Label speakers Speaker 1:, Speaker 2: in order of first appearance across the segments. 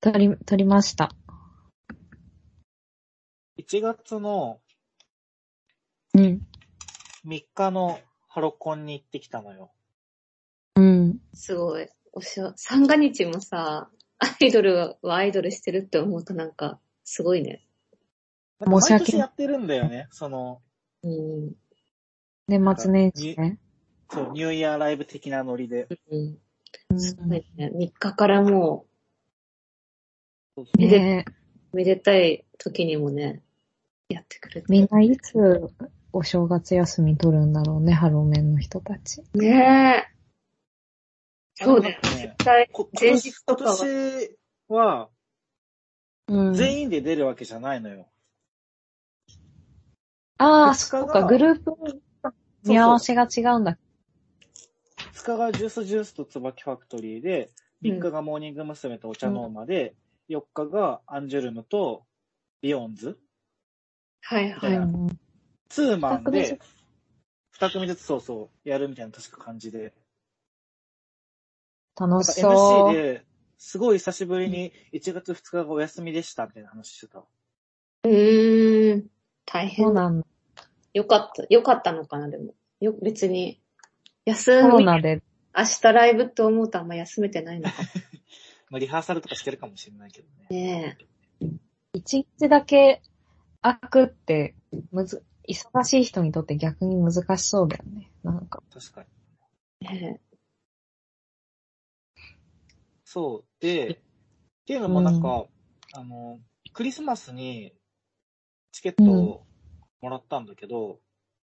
Speaker 1: 撮り、撮りました。
Speaker 2: 1月の
Speaker 1: うん。
Speaker 2: 3日のハロコンに行ってきたのよ。
Speaker 1: うん。
Speaker 3: すごい。おしゃ、三が日もさ、アイドルはアイドルしてるって思うとなんか、すごいね。
Speaker 2: なんか
Speaker 1: 申し訳
Speaker 2: 毎年やってるんだよね。その、
Speaker 3: うん。
Speaker 1: 年末年始ね。
Speaker 2: そう、ニューイヤーライブ的なノリで。
Speaker 3: うん。
Speaker 1: うん
Speaker 3: すごいね。3日からも
Speaker 1: ねえ
Speaker 3: う、めでたい時にもね、やってくれて。
Speaker 1: みんないつお正月休み取るんだろうね、ハロメンの人たち。
Speaker 3: ねえ。そうだよ
Speaker 2: あのなんか
Speaker 3: 絶
Speaker 2: ね。
Speaker 3: 対、
Speaker 2: こ今
Speaker 3: 前
Speaker 2: 年
Speaker 3: 日とかは
Speaker 2: 今年は
Speaker 1: うん。
Speaker 2: 全員で出るわけじゃないのよ。
Speaker 1: ああ、
Speaker 2: 二日
Speaker 1: そう
Speaker 2: が
Speaker 1: か、グループ見合わせが違うんだ。
Speaker 2: 2日がジュースジュースと椿ファクトリーで、3日がモーニング娘。とお茶の間で、4日がアンジュルムとビヨンズ。
Speaker 3: はいは
Speaker 2: そう
Speaker 3: い。
Speaker 2: だ
Speaker 1: うん
Speaker 2: ツーマン
Speaker 1: 二組ず
Speaker 2: で、2組ずつそうそう、やるみたいな確か感じで。
Speaker 1: 楽
Speaker 2: なん
Speaker 1: し
Speaker 2: か MC
Speaker 1: そう。
Speaker 2: で、すごい久しぶりに1月2日がお休みでしたみたいな話してた。
Speaker 3: うーん。大
Speaker 1: そう
Speaker 3: 変だ。
Speaker 1: なんだ。
Speaker 3: よかった、よかったのかな、でも。よ、別に。
Speaker 1: コ
Speaker 3: 休
Speaker 1: ロ
Speaker 3: み、明
Speaker 1: ナで。
Speaker 3: 日ライブって思うとあんま休めてないのか
Speaker 2: まあ、リハーサルとかしてるかもしれないけどね。
Speaker 3: ね。
Speaker 1: 一日だけ開くって、むず、忙しい人にとって逆に難しそうだよね。なんか。
Speaker 2: 確かに。
Speaker 3: ね
Speaker 2: そう。で、っていうのもなんか、あの、クリスマスにチケットをもらったんだけど、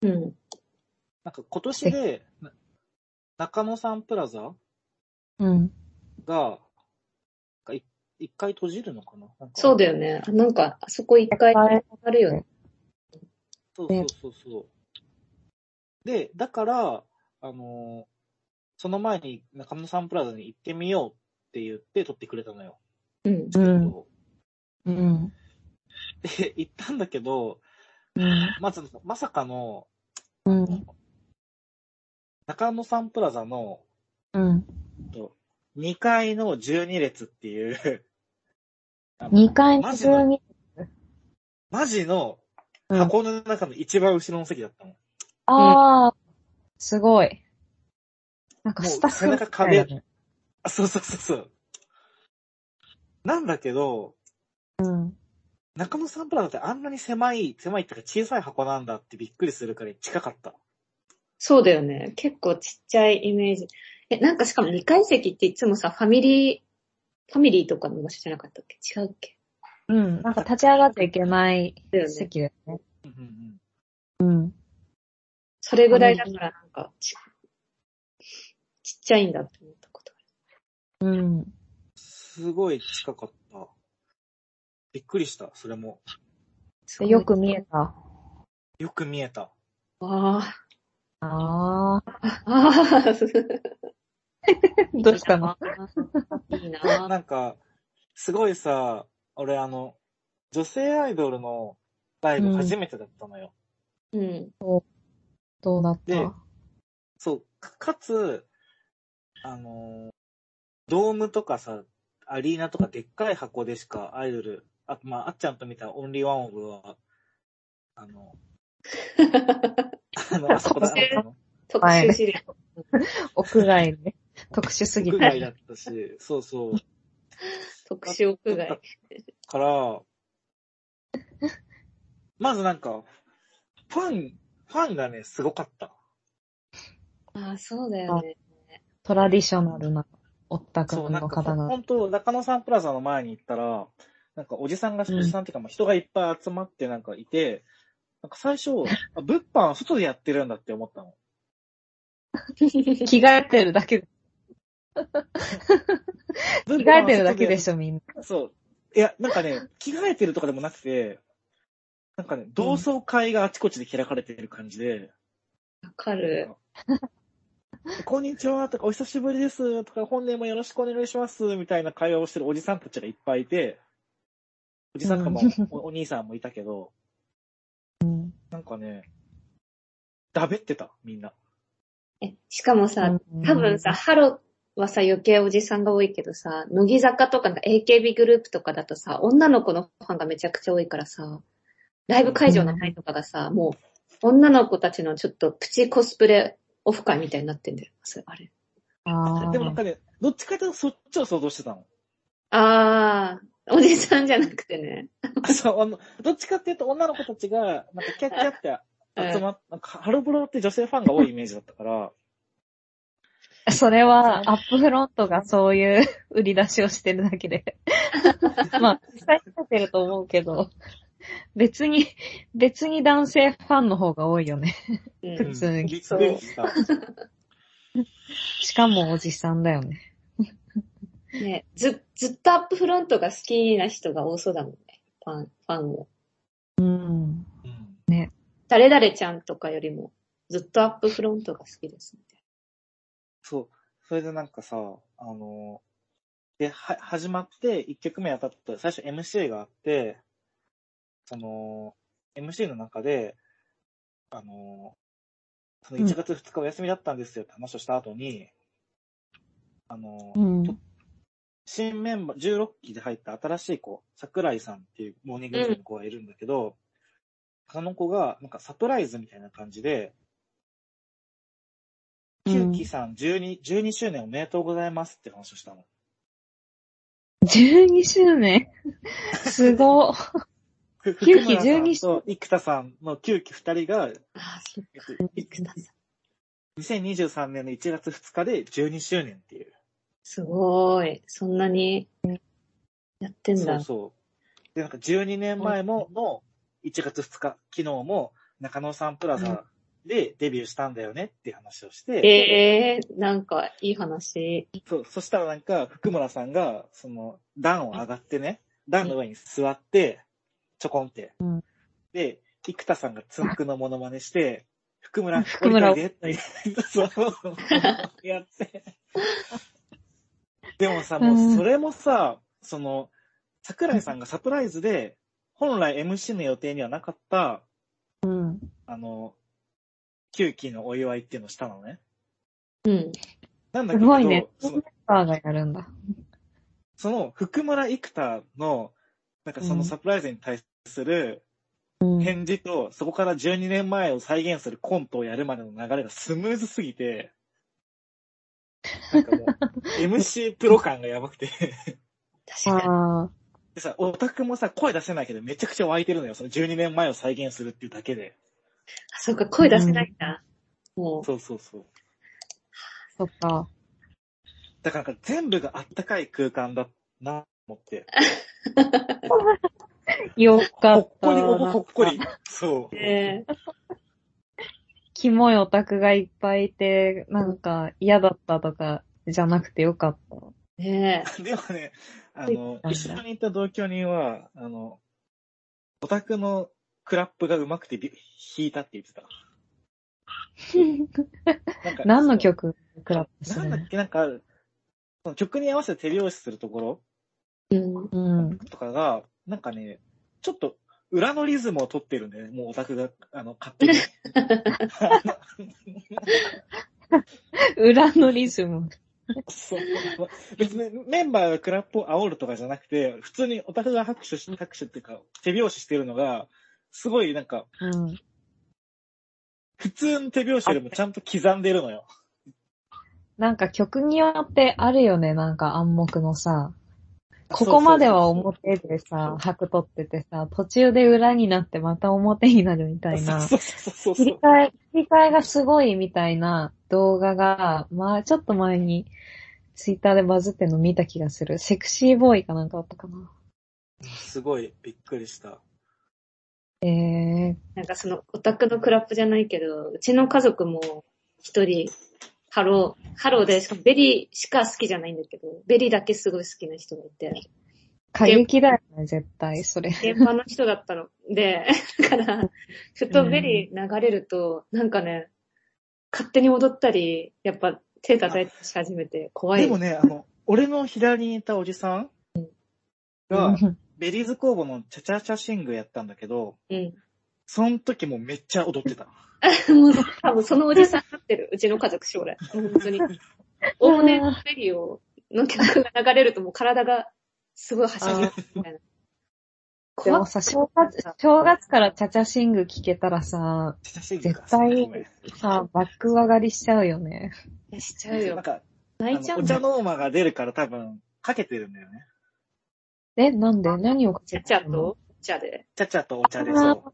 Speaker 3: え。うん。
Speaker 2: なんか今年で、な中野サンプラザ
Speaker 1: うん。
Speaker 2: が、なんかい一回閉じるのかななんか
Speaker 3: そうだよね。あなんか、あそこ一回
Speaker 1: あれ
Speaker 3: あるよね。
Speaker 2: そうそうそうそう。で、だから、あのーその前に中野サンプラザに行ってみようって言って撮ってくれたのよ。
Speaker 3: うん。
Speaker 2: チケットを
Speaker 1: うん。
Speaker 2: で、行ったんだけど、
Speaker 1: うん。
Speaker 2: まず、まさかの、
Speaker 1: うん。
Speaker 2: 中野サンプラザの
Speaker 1: うん。
Speaker 2: 2階の12列っていう、あの
Speaker 1: 2階
Speaker 2: マ
Speaker 1: の
Speaker 2: ジの、
Speaker 1: 12、
Speaker 2: マジの
Speaker 1: うん
Speaker 2: 箱の中の一番後ろの席だったの。
Speaker 1: ああ、すごい。なんかスタッフ
Speaker 2: もう背中壁
Speaker 1: みたい
Speaker 2: あそうそうそうそう。なんだけど、
Speaker 1: だね
Speaker 2: 中野サンプラザってあんなに狭い、狭いっていうか小さい箱なんだってびっくりするくらい近かった。
Speaker 3: そうだよね。結構ちっちゃいイメージ。え、なんかしかも2階席っていつもさ、ファミリー、ファミリーとかの場所じゃなかったっけ違うっけ
Speaker 1: うん。うん。なんか立ち上がっていけない
Speaker 3: だよね。
Speaker 1: 席だよね。
Speaker 2: うんうんうん
Speaker 1: うん。
Speaker 3: それぐらいだからなんかち、ちっちゃいんだって思ったことが
Speaker 1: うん。
Speaker 2: すごい近かった。びっくりした、それも。
Speaker 3: あ
Speaker 1: で
Speaker 3: る。
Speaker 1: よく見えた。
Speaker 2: よく見えた。
Speaker 3: わあ。
Speaker 1: ああ。
Speaker 3: ああ。
Speaker 1: どうしたの
Speaker 3: いいなぁ。
Speaker 2: なんか、すごいさ、俺あの、女性アイドルのライブ初めてだったのよ。
Speaker 3: うん。
Speaker 1: どうだった
Speaker 2: でそう、かかつ、あのードームとかさ、アリーナとかでっかい箱でしかアイドル、あ、まあ、あっちゃんと見たオンリーワンオブは、あの、あの、あそこだったの。
Speaker 3: 特集資料。
Speaker 1: 屋外で。特殊すぎ
Speaker 2: 屋外
Speaker 1: て。
Speaker 2: だったし、そうそう。
Speaker 3: 特集屋外。
Speaker 2: から、まずなんか、ファン、ファンがね、すごかった。
Speaker 3: ああ、そうだよね。
Speaker 1: トラディショナルなオタク
Speaker 2: そう、なん
Speaker 1: の
Speaker 2: か、
Speaker 1: 方が。
Speaker 2: 本当中野サンプラザの前に行ったら、なんか、おじさんが、
Speaker 1: うん
Speaker 2: おじさんっていうか、まあ人がいっぱい集まって、なんかいて、なんか最初、あ物販外でやってるんだって思ったの。
Speaker 1: 着替えてるだけで。着
Speaker 2: 着
Speaker 1: 替えてるだけでしょ、みんな。
Speaker 2: ょ。そう。いや、なんかね、着替えてるとかでもなくて、なんかね、同窓会があちこちで開かれてる感じで、
Speaker 3: わかる。
Speaker 2: こんにちはとか、お久しぶりですとか、本年もよろしくお願いしますみたいな会話をしてるおじさんたちがいっぱいいて、おじさんとかも、おお兄さんもいたけど、
Speaker 1: うん。
Speaker 2: なんかね、だべってた、みんな。
Speaker 3: え、しかもさ、多分さ、ハロ、はさ、余計おじさんが多いけどさ、乃木坂とかなんか AKB グループとかだとさ、女の子のファンがめちゃくちゃ多いからさ、ライブ会場の範囲とかがさ、もう、女の子たちのちょっとプチコスプレオフ会みたいになってんだよ。それあれ。
Speaker 1: ああ。
Speaker 2: でもなんかね、どっちかというとそっちを想像してたの。
Speaker 3: あー、おじさんじゃなくてね。
Speaker 2: あそう、あの、どっちかっていうと女の子たちが、なんかキャッキャって 集まっ、なんかハロブロって女性ファンが多いイメージだったから、
Speaker 1: それは、アップフロントがそういう 売り出しをしてるだけで。 まあ、実際に出てると思うけど、別に、別に男性ファンの方が多いよね。
Speaker 3: う
Speaker 2: うん
Speaker 3: ん。
Speaker 1: 通に
Speaker 2: びっくりした。
Speaker 1: しかもおじさんだよね。
Speaker 3: ね、ず、ずっとアップフロントが好きな人が多そうだもんね。ファン、ファンも。
Speaker 1: うん。
Speaker 2: うん
Speaker 3: 誰々ちゃんとかよりも、ずっとアップフロントが好きですみたい
Speaker 2: そう。それでなんかさ、あの、で、は、始まって1曲目当たった、最初 MC があって、その、MC の中で、あの、その1月2日お休みだったんですよって話をした後に、あの、
Speaker 1: うん。
Speaker 2: 新メンバー、16期で入った新しい子、桜井さんっていうモーニング娘。の子がいるんだけど、その子が、なんかサプライズみたいな感じで、
Speaker 1: うん
Speaker 2: キュウキさん12、12周年おめでとうございますって話をしたの。
Speaker 1: 12周 年すごっ。
Speaker 2: キュウ
Speaker 1: キ12
Speaker 2: さんと生田さんのキュウキ2人が、
Speaker 3: な。ああ、そう。生田さん。
Speaker 2: 2023年の1月2日で12周年っていう。
Speaker 3: すごーい。そんなに、やってん
Speaker 2: そ
Speaker 3: だ。
Speaker 2: うそう。で、なんか12年前も、の1月2日、昨日も中野サンプラザでデビューしたんだよねっていう話をして、
Speaker 3: ええー、なんか、いい話。
Speaker 2: そう、そしたらなんか、福村さんが、その、段を上がってね、段の上に座って、ちょこんって。
Speaker 1: うん
Speaker 2: で、生田さんがつんくのモノマネして、福村、
Speaker 1: 福村
Speaker 2: 降りておいでって、そう、やって。でもさ、もうそれもさ、その、桜井さんがサプライズで、本来 MC の予定にはなかった、
Speaker 1: うん。
Speaker 2: あの、休期のお祝いっていうのをしたのね。
Speaker 3: うん。
Speaker 2: なんだ
Speaker 1: す
Speaker 2: けど、
Speaker 1: ごいね。
Speaker 2: その
Speaker 1: パーがやるんだ。
Speaker 2: その福村生田の、なんかそのサプライズに対する
Speaker 1: うん。
Speaker 2: 返事と、そこから12年前を再現するコントをやるまでの流れがスムーズすぎて、なんかもう、MC プロ感がやばくて。
Speaker 3: 確かに。
Speaker 1: ああ。
Speaker 2: でさ、オタクもさ、声出せないけどめちゃくちゃ湧いてるのよ。その12年前を再現するっていうだけで。
Speaker 3: あ、そうか、声出せないんだ。もう、
Speaker 2: そうそうそう。
Speaker 1: そっか。
Speaker 2: だからなんか全部があったかい空間だな、思って。
Speaker 1: よか
Speaker 2: ほ
Speaker 1: っ。
Speaker 2: ったこり、ほっこり。そう。
Speaker 3: えー
Speaker 1: キモいオタクがいっぱいいて、なんか嫌だったとかじゃなくてよか った。
Speaker 3: ねえ。
Speaker 2: でもね、あの、
Speaker 1: うん
Speaker 2: 一緒に行った同居人は、あの、オタクのクラップがうまくてび弾いたって言ってた。なんか
Speaker 1: 何の曲クラップす
Speaker 2: な
Speaker 1: る
Speaker 2: んだ
Speaker 1: の
Speaker 2: っけ、なんか、その曲に合わせて手拍子するところ
Speaker 3: うん。
Speaker 1: うん。
Speaker 2: とかが、なんかね、ちょっと裏のリズムを取ってるんで、ね、もうオタクが、あの、勝 手に。
Speaker 1: 裏のリズム。
Speaker 2: そう別にメンバーがクラップを煽るとかじゃなくて、普通にオタクが拍手し、拍手っていうか、手拍子してるのが、すごいなんか、
Speaker 1: うん。
Speaker 2: 普通の手拍子よりもちゃんと刻んでるのよ。
Speaker 1: なんか曲によってあるよね、なんか暗黙のさ。ここまでは表でさ、拍取っててさ、途中で裏になってまた表になるみたいな。
Speaker 2: そうそうそうそ
Speaker 1: 切
Speaker 2: うそ
Speaker 1: り
Speaker 2: う。
Speaker 1: 替え、切り替えがすごいみたいな動画が、まあちょっと前にツイッターでバズってんの見た気がする。セクシーボーイかなんかあったかな。
Speaker 2: すごいびっくりした。
Speaker 1: ええ
Speaker 3: なんかその、オタクのクラップじゃないけど、うちの家族も、一人、ハロー、ハローで、しかもベリーしか好きじゃないんだけど、ベリーだけすごい好きな人がいて、
Speaker 1: 過激だよね、絶対、それ。
Speaker 3: 現場の人だったので、だから、ふとベリー流れると、なんかね、勝手に踊ったり、やっぱ手叩いたりし始めて、怖い。
Speaker 2: でもね、あの、俺の左にいたおじさんが、ベリーズ工房のチャチャチャシングやったんだけど、その時もめっちゃ踊ってた。
Speaker 3: うん。もう、多分そのおじさんになってる、うちの家族将来。本当に。往年のレディオの曲が流れるともう体がすごい走りみたいな。
Speaker 1: で
Speaker 3: 怖
Speaker 1: も
Speaker 3: っ
Speaker 1: さ、正月、正月からチャチャシング聞けたらさ、
Speaker 2: 親しい
Speaker 1: 絶対さ、バック上がりしちゃうよね。
Speaker 3: しちゃう
Speaker 2: なん
Speaker 3: よ。
Speaker 2: か、あ
Speaker 3: 泣いちゃ
Speaker 2: の
Speaker 3: う
Speaker 2: お
Speaker 3: ん
Speaker 2: 茶
Speaker 3: だ。
Speaker 2: の馬が出るから多分、かけてるんだよね。
Speaker 1: え、なんで何をか
Speaker 3: ち
Speaker 1: け
Speaker 3: ゃちゃ
Speaker 1: たの
Speaker 3: とちゃで。
Speaker 2: ちゃちゃとお茶でそう。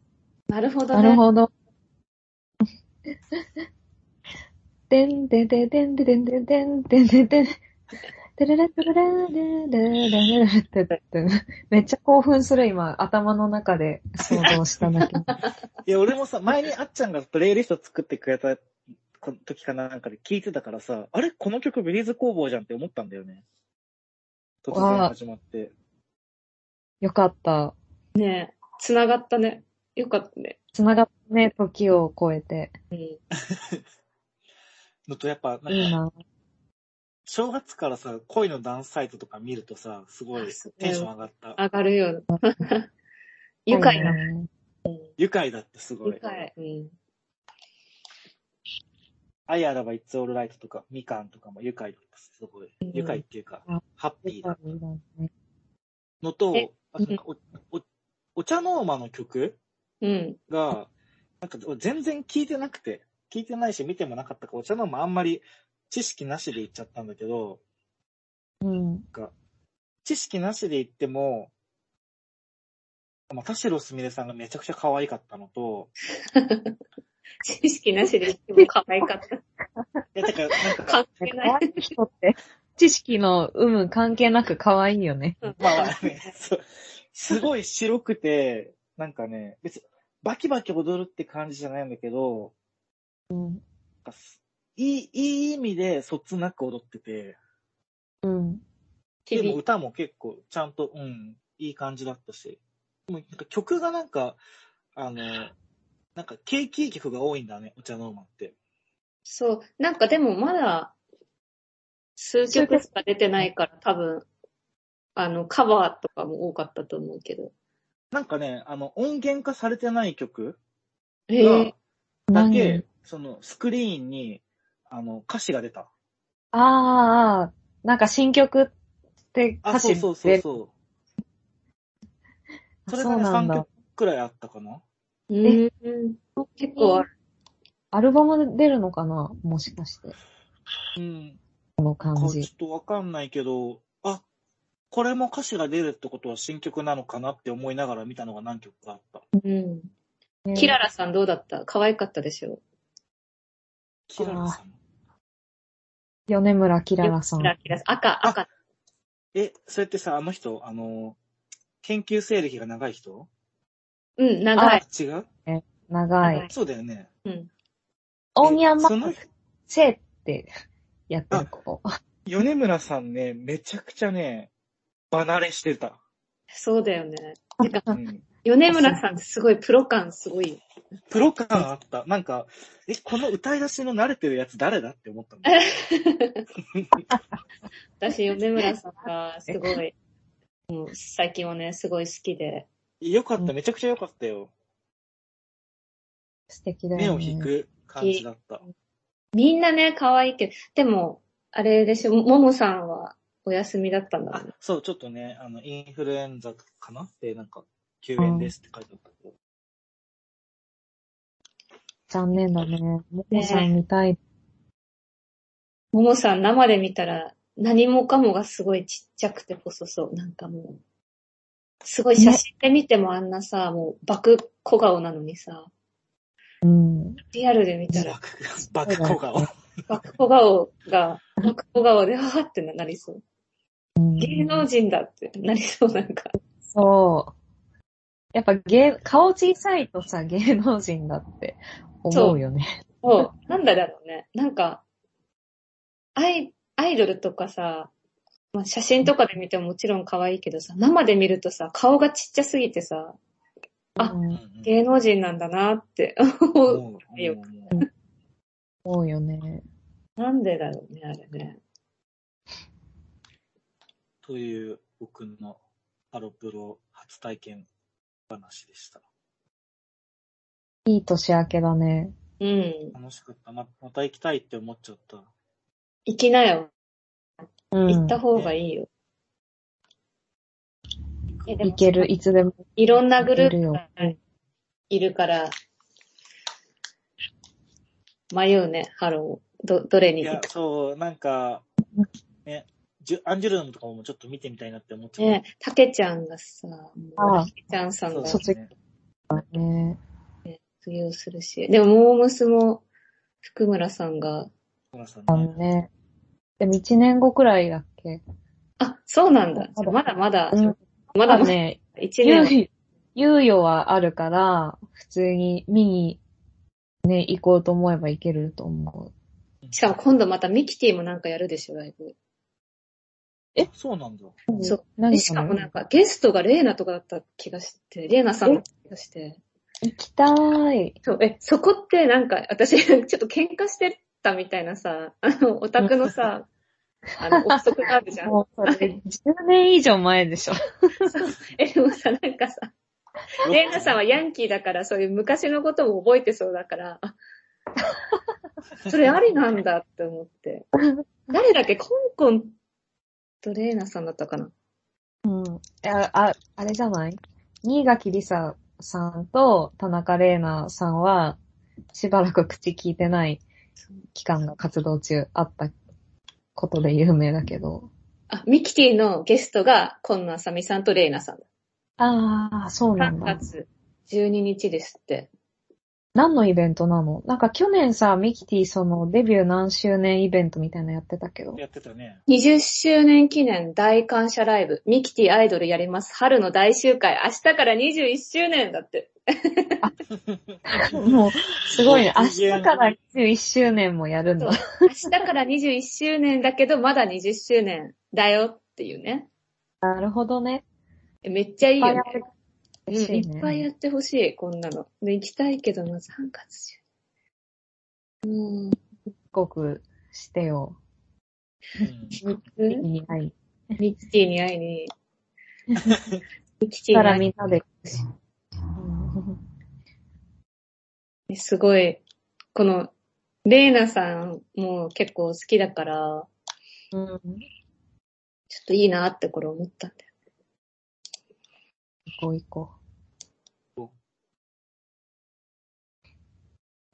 Speaker 3: なるほど
Speaker 1: なる
Speaker 3: ね。
Speaker 1: ほど。でんでででんででんででんでででん。でれれれれれれれれってって、めっちゃ興奮する今、頭の中で想像したんだけど。
Speaker 2: いや、俺もさ、前にあっちゃんがプレイリスト作ってくれた時かななんかで聞いてたからさ、あれこの曲ビリーズ工房じゃんって思ったんだよね。突然始まって。
Speaker 1: よかった。
Speaker 3: ねつながったね。よかったね。
Speaker 1: 繋がったね、時を超えて。
Speaker 3: うん。
Speaker 2: のとやっぱ、なん
Speaker 1: いい
Speaker 2: か、
Speaker 1: な。
Speaker 2: 正月からさ、恋のダンスサイトとか見るとさ、すごいテンション上がった。
Speaker 3: 上がるよ。愉快な。
Speaker 1: ね。
Speaker 2: 愉快だってすごい
Speaker 3: 愉。快。うん。
Speaker 2: 愛あらば It's All Right とか、みかんとかも愉快だったしすごい。愉快っていうか
Speaker 1: うん、
Speaker 2: ハッピ
Speaker 1: い
Speaker 2: ー
Speaker 1: いだ
Speaker 2: だ
Speaker 1: ろうね
Speaker 2: のと
Speaker 3: え、
Speaker 2: あとなんかお、お、お茶の間の曲
Speaker 3: うん。
Speaker 2: が、なんか全然聞いてなくて、聞いてないし見てもなかったから、お茶の間あんまり知識なしで行っちゃったんだけど、
Speaker 1: うん。
Speaker 2: 知識なしで行っても、まあ、田代すみれさんがめちゃくちゃ可愛かったのと、
Speaker 3: 知識なしで言っても可愛かった。
Speaker 2: いや、てか、なんか、
Speaker 3: 関
Speaker 1: 可
Speaker 3: 係ない。
Speaker 1: 愛い人って、 知識の有無関係なく可愛いよね。
Speaker 2: まあまあね、そうすごい白くて、なんかね、別にバキバキ踊るって感じじゃないんだけど、
Speaker 1: うん。
Speaker 2: なんかすいい、いい意味でそつなく踊ってて、
Speaker 1: うん。
Speaker 2: でも
Speaker 3: TV。
Speaker 2: 歌も結構ちゃんと、うん、いい感じだったし。でもなんか曲がなんか、あの、なんか景気いい曲が多いんだね、お茶の馬って。
Speaker 3: そう。なんかでもまだ、数曲しか出てないから多分、あの、カバーとかも多かったと思うけど。
Speaker 2: なんかね、あの、音源化されてない曲
Speaker 3: へ
Speaker 2: が
Speaker 3: え、
Speaker 2: だ
Speaker 1: 何
Speaker 2: け、その、スクリーンに、あの、歌詞が出た。
Speaker 1: あーあー、なんか新曲って
Speaker 2: あ、
Speaker 1: 歌
Speaker 2: そう
Speaker 1: 詞
Speaker 2: そうそう
Speaker 1: で、
Speaker 2: そう。
Speaker 1: あ
Speaker 2: それ
Speaker 1: そ
Speaker 2: が
Speaker 1: う
Speaker 2: ね、
Speaker 1: なん
Speaker 2: 3
Speaker 1: だ
Speaker 2: 曲。くらいあったかな。
Speaker 3: うん。結構ある。
Speaker 1: アルバム出るのかなもしかして。
Speaker 2: うん。
Speaker 1: この
Speaker 2: か
Speaker 1: 感
Speaker 2: ち
Speaker 1: じ。
Speaker 2: ょっとわかんないけど、あ、これも歌詞が出るってことは新曲なのかなって思いながら見たのが何曲かあった。
Speaker 3: うん。
Speaker 1: ね
Speaker 3: キララさんどうだった可愛かったでしょ
Speaker 2: キララさん。
Speaker 1: 米村キララさん
Speaker 3: キ。ラキラさん。赤、赤。
Speaker 2: え、それってさ、あの人、あの、研究生歴が長い人
Speaker 3: うん、長い。
Speaker 2: 違う
Speaker 1: 長
Speaker 3: 長
Speaker 1: い
Speaker 3: い。
Speaker 2: そうだよね。
Speaker 3: うん。
Speaker 1: 大宮マ
Speaker 2: その
Speaker 1: ーせーってやってる子。
Speaker 2: 米村さんね、めちゃくちゃね、離れしてた。
Speaker 3: そうだよね。
Speaker 2: うん。
Speaker 3: 米村さんすごいプロ感すごい。
Speaker 2: プロ感あった。なんか、え、この歌い出しの慣れてるやつ誰だって思ったの。
Speaker 3: 私、米村さんがすごい、うん、最近はね、すごい好きで。
Speaker 2: よかった、めちゃくちゃよかったよ。
Speaker 1: 素敵だ
Speaker 2: 目
Speaker 1: よ
Speaker 2: を引
Speaker 1: ね。
Speaker 2: く感じだった。
Speaker 3: みんなね、可愛いけど、でも、あれでしょ、ももさんはお休みだったんだ
Speaker 2: あ
Speaker 3: もんね。、
Speaker 2: そう、ちょっとね、あの、インフルエンザかなで、なんか、救援ですって書いてあったけど。
Speaker 1: 残念だね。ももさん見たい。
Speaker 3: ももさん生で見たら、何もかもがすごいちっちゃくて細そう。なんかもう、すごい写真で見てもあんなさ、もう爆小顔なのにさ、
Speaker 1: うん。
Speaker 3: リアルで見たら
Speaker 2: 爆、爆小顔。
Speaker 3: 爆小顔が、爆小顔で、はーってなりそう。
Speaker 1: うん
Speaker 3: 芸能人だってなりそう、なんか。
Speaker 1: そう。やっぱ芸、顔小さいとさ、芸能人だって思うよね。
Speaker 3: もう、なんだろうね。なんか、アイ、アイドルとかさ、まあ、写真とかで見てももちろん可愛いけどさ、生で見るとさ、顔がちっちゃすぎてさ、あ
Speaker 1: うん
Speaker 2: うんうん
Speaker 3: 芸能人なんだなって思う。
Speaker 2: もう
Speaker 3: よ
Speaker 2: もうもう
Speaker 1: 思うよね。
Speaker 3: なんでだろうね、あれね。
Speaker 2: という僕のハロプロ初体験話でした。
Speaker 1: いい年明けだね。
Speaker 3: うん。
Speaker 2: 楽しかった。ままた行きたいって思っちゃった。
Speaker 3: 行きなよ。
Speaker 1: うん
Speaker 3: 行った方がいいよ。え、でも
Speaker 1: いける、いつでも。
Speaker 3: いろんなグルー
Speaker 1: いける
Speaker 3: プ
Speaker 1: よ
Speaker 3: がいるから、迷うね、ハロー。ど、どれ
Speaker 2: い
Speaker 3: に行
Speaker 2: や、
Speaker 3: く
Speaker 2: そう、なんか、ね、ジュアンジュルムとかもちょっと見てみたいなって思っちゃう。
Speaker 3: ねたけちゃんがさ、もう
Speaker 1: ああ
Speaker 3: たけちゃんさんが
Speaker 2: そうですね。
Speaker 1: ね。
Speaker 3: 卒業するし、でも、モームスも、福村さんが、
Speaker 2: 皆さん
Speaker 1: あ
Speaker 2: ね
Speaker 1: のね。でも1年後くらいだっけ
Speaker 3: あ、そうなんだ。
Speaker 1: そうだ
Speaker 3: まだまだ、
Speaker 1: うん
Speaker 3: ま
Speaker 1: ま
Speaker 3: だ
Speaker 1: だ
Speaker 3: まだ、
Speaker 1: ね、
Speaker 3: 一
Speaker 1: 猶
Speaker 3: 年。
Speaker 1: 予、猶予はあるから、普通に見に、ね、行こうと思えば行けると思う。
Speaker 3: しかも今度またミキティもなんかやるでしょ、ライブ。
Speaker 2: えそうなんだ。
Speaker 3: そう
Speaker 1: 何
Speaker 3: でしかもなんかゲストがレーナとかだった気がして、レーナさんの気がして。
Speaker 1: 行きたい。
Speaker 3: そう、え、そこってなんか、私、 ちょっと喧嘩してたみたいなさ、あの、オタクの さ、あの、憶測があるじゃん。
Speaker 1: もうそれ、10年以上前でしょ。
Speaker 3: え、でもさ、なんかさ、 レーナさんはヤンキーだから、そういう昔のことも覚えてそうだから、あ、それありなんだって思って。 誰だっけコンコンとレーナさんだったかな
Speaker 1: うん。あ、あ、あれじゃない新垣りささんと田中玲奈さんは、しばらく口聞いてない期間が活動中あったことで有名だけど。
Speaker 3: あ、ミキティのゲストが、今野あさみさんとレイナさんだ。
Speaker 1: ああ、そうなん
Speaker 3: 3
Speaker 1: だ。
Speaker 3: 月12日ですって。
Speaker 1: 何のイベントなのなんか去年さ、ミキティそのデビュー何周年イベントみたいなのやってたけど。
Speaker 2: やってたね。
Speaker 3: 20周年記念大感謝ライブ、ミキティアイドルやります。春の大集会、明日から21周年だって。
Speaker 1: もう、 すごいね。
Speaker 2: ご
Speaker 1: 明
Speaker 2: 機
Speaker 1: 日
Speaker 2: 嫌
Speaker 1: から21周年もやるんだ。
Speaker 3: 明日から21周年だけど、まだ20周年だよっていうね。
Speaker 1: なるほどね。
Speaker 3: えめっちゃいい
Speaker 1: い
Speaker 3: よ
Speaker 1: っ
Speaker 3: ね
Speaker 1: ぱ。いやって
Speaker 3: うん
Speaker 1: ほしいね
Speaker 3: いっぱいやってほしい、こんなの。で行きたいけど、まず3月中。
Speaker 1: ごくしてよ。
Speaker 2: うん
Speaker 1: いいない。
Speaker 3: ミキティに会 いに。ミキティ
Speaker 1: か
Speaker 3: に
Speaker 1: ら
Speaker 3: 会い
Speaker 1: みんなで。
Speaker 3: に。すごい、この、レイナさんも結構好きだから、
Speaker 1: うん。
Speaker 3: ちょっといいなってこれ思ったんだよ。
Speaker 1: 行こう行こ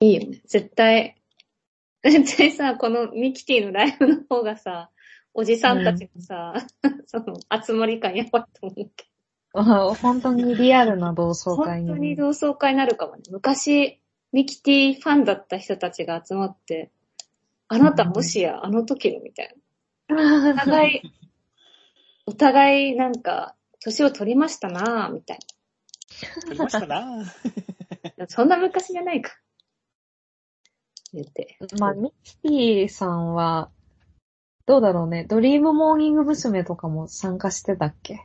Speaker 3: いいよね。絶対、 絶対さ、このミキティのライブの方がさ、おじさんたちのさ、 その集まり感やばいと思うけど。
Speaker 1: う。あ本当にリアルな同窓会
Speaker 3: 本当に
Speaker 1: に。
Speaker 3: 同窓会になるかもね。昔、ミキティファンだった人たちが集まって、あなたもしや、あの時のみたいな。お互い、お互いなんか、年を取りましたなぁ、みたい
Speaker 2: ありましたな。
Speaker 3: な。そんな昔じゃないか。言って。
Speaker 1: まあ、ミキティさんは、どうだろうね。ドリームモーニング娘。とかも参加してたっけ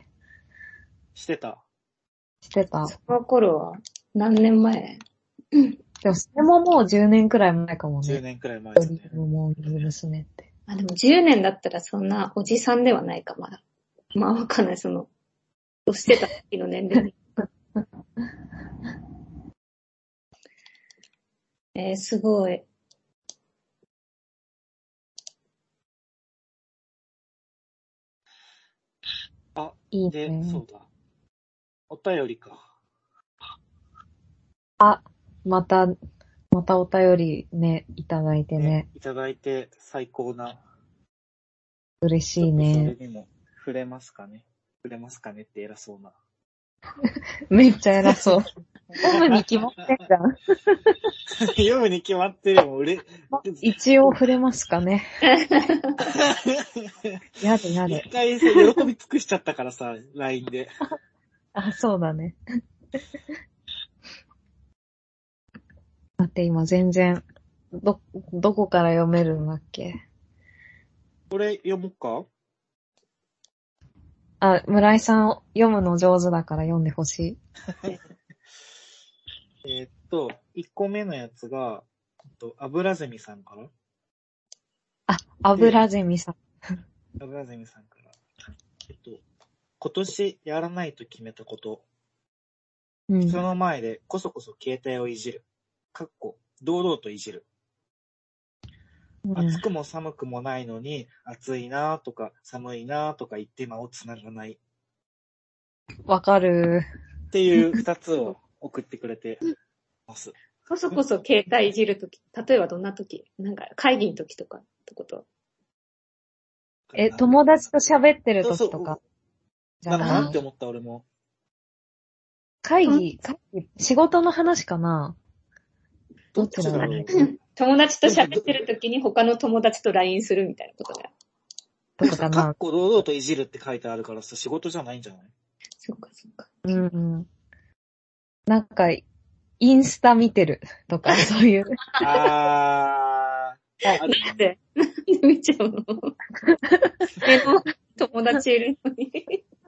Speaker 2: してた。
Speaker 1: してた。
Speaker 3: その頃は、何年前
Speaker 1: でも、それももう10年くらい前かも
Speaker 2: 10
Speaker 1: ね。
Speaker 2: 年くらい前
Speaker 1: ド
Speaker 2: です
Speaker 1: リ
Speaker 2: ね
Speaker 1: ー。ムモーニング娘。って。
Speaker 3: あ、でも10年だったらそんなおじさんではないか、まだ。まあわかんない、その、押してた時の年齢。 えー、すごい。
Speaker 2: あ、
Speaker 1: いい
Speaker 2: で、そ
Speaker 1: ね
Speaker 2: う。だ。お便りか。
Speaker 1: また、またお便りね、いただいてね
Speaker 2: ね。、いただいて最高な。
Speaker 1: 嬉しい
Speaker 2: ちょっ
Speaker 1: ね
Speaker 2: と。それにも触れますかね。触れますかねって偉そうな。
Speaker 1: めっちゃ偉 そう。ホームに決まってんじゃん。
Speaker 2: 読むに決まってるよ。もうれ、
Speaker 1: 一応触れますかね。やるやる
Speaker 2: 一。回さ喜び尽くしちゃったからさ、LINE で。
Speaker 1: あ、そうだね。待って、今全然、ど、どこから読めるんだっけ
Speaker 2: これ読もうか
Speaker 1: あ、村井さん読むの上手だから読んでほしい。
Speaker 2: えーっと、1個目のやつが、えっと油ゼミさんから
Speaker 1: あ、油ゼミさん。
Speaker 2: 油ゼミさんから。えっと、今年やらないと決めたこと。
Speaker 1: うん。
Speaker 2: その前でこそこそ携帯をいじる。かっこ、堂々といじる。
Speaker 1: うん
Speaker 2: 暑くも寒くもないのに、暑いなとか寒いなとか言って間をつながない
Speaker 1: わかる。
Speaker 2: っていう二つを送ってくれてます。
Speaker 3: こそこそ携帯いじるとき、例えばどんなときなんか会議のときとかってこと
Speaker 1: え、友達と喋ってる時とか。じ
Speaker 2: な
Speaker 1: ゃ
Speaker 2: の
Speaker 1: ない
Speaker 2: かなって思った俺も。
Speaker 1: 会議、会議、仕事の話かなどっち
Speaker 2: ちょ
Speaker 1: だ
Speaker 2: っと
Speaker 1: ろう
Speaker 3: 友達と喋ってるときに他の友達と LINE するみたいなことだよ。
Speaker 1: とかか
Speaker 2: かっ
Speaker 1: な
Speaker 2: こ堂々といじるって書いてあるからさ、仕事じゃないんじゃない
Speaker 3: そうかそうか。
Speaker 1: うんうん。なんか、インスタ見てると か、そういう。
Speaker 2: あー、あるね
Speaker 3: で、なんで見ちゃうの 目の前に友達いる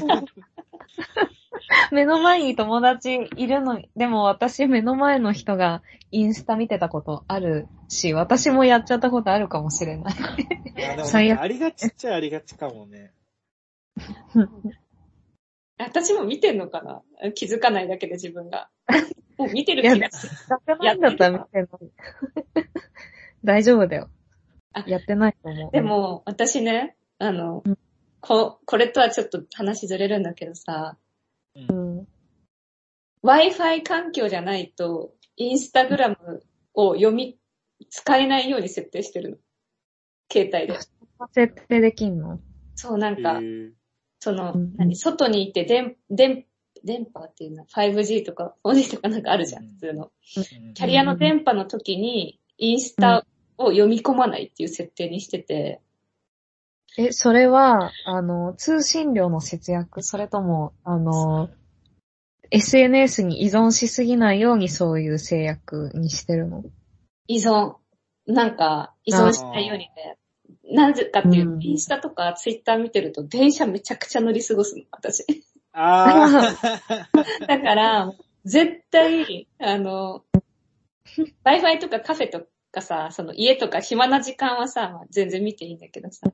Speaker 3: のに。
Speaker 1: 目の前に友達いるのに、でも私目の前の人がインスタ見てたことあるし、私もやっちゃったことあるかもしれない。
Speaker 2: あでも
Speaker 1: 最
Speaker 2: ね
Speaker 1: 悪
Speaker 2: ありがちっちゃありがちかもね。
Speaker 3: 私も見てんのかな気づかないだけで自分 が。もう見てる
Speaker 1: いや
Speaker 3: 気がする。
Speaker 1: やってないんだったら見てない。大丈夫だよ
Speaker 3: あ。
Speaker 1: やってないと思う。
Speaker 3: で、も、私ね、あの、こ、これとはちょっと話ずれるんだけどさ、
Speaker 1: うん。
Speaker 3: Wi-Fi 環境じゃないと、インスタグラムを読み、使えないように設定してるの。携帯で。
Speaker 1: 設定できんの
Speaker 3: そう、なん
Speaker 2: へ
Speaker 3: か、
Speaker 2: ー
Speaker 3: その
Speaker 1: うん、
Speaker 3: 何、外に行って、電、電、電波っていうの 5G とか 4G とかなんかあるじゃん、
Speaker 2: うん
Speaker 3: 普通の。
Speaker 2: うん
Speaker 3: キャリアの電波の時に、インスタを読み込まないっていう設定にしてて、
Speaker 1: え、それは、あの、通信量の節約、それとも、あの、SNS に依存しすぎないようにそういう制約にしてるの
Speaker 3: 依存、なんか、依存しないようにね、なぜかっていう
Speaker 1: う
Speaker 3: と、
Speaker 1: ん
Speaker 3: インスタとかツイッター見てると、電車めちゃくちゃ乗り過ごすの、私。
Speaker 2: あ
Speaker 3: だから、絶対、あの、Wi-Fi とかカフェとかさ、その家とか暇な時間はさ、まあ全然見ていいんだけどさ、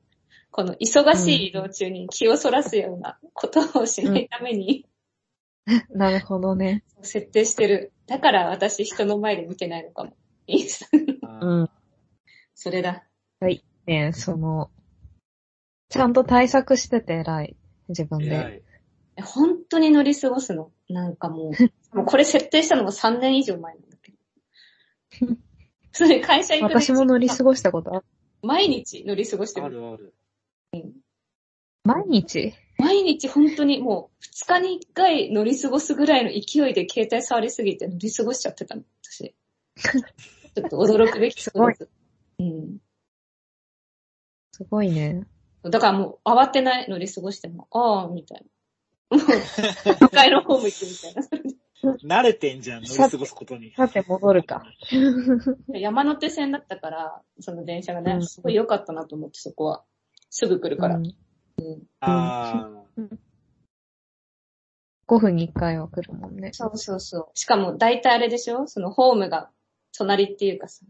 Speaker 3: この忙しい移動中に気をそらすようなことをしないために
Speaker 1: なるほどね。
Speaker 3: 設定してる。だから私人の前で見てないのかも。 インスタ。
Speaker 2: ー
Speaker 1: うん。
Speaker 3: それだ。
Speaker 1: ねその、ちゃんと対策してて偉い。自分
Speaker 2: 偉
Speaker 1: で。
Speaker 2: い。
Speaker 3: 本当に乗り過ごすの。なんかも う、もうこれ設定したのが3年以上前なんだけど。それ会社行く
Speaker 1: 私も乗り過
Speaker 3: ご
Speaker 1: ごしたことある。
Speaker 3: 毎日乗り過ごして
Speaker 2: あ
Speaker 3: る。
Speaker 2: るある。
Speaker 1: 毎日
Speaker 3: 毎日本当にもう2日に1回乗り過ごすぐらいの勢いで携帯触りすぎて乗り過ごしちゃってたの、 私。ちょっと驚くべきす
Speaker 1: ごい。
Speaker 3: うん。
Speaker 1: すごいね。
Speaker 3: だからもう慌てない乗り過ごしても、ああ、みたい な。もう、迎えのホーム行くみたいな。
Speaker 2: 慣れてんじゃん、乗り過ごすことに。
Speaker 1: さて戻るか。
Speaker 3: 山手線だったから、その電車がね、
Speaker 1: うん
Speaker 3: すごい良かったなと思って、そこは。すぐ来るから。
Speaker 1: うん
Speaker 2: あー
Speaker 1: 5分に1回は来るもんね。
Speaker 3: そうそうそう。しかも、大体あれでしょそのホームが隣っていうかさ、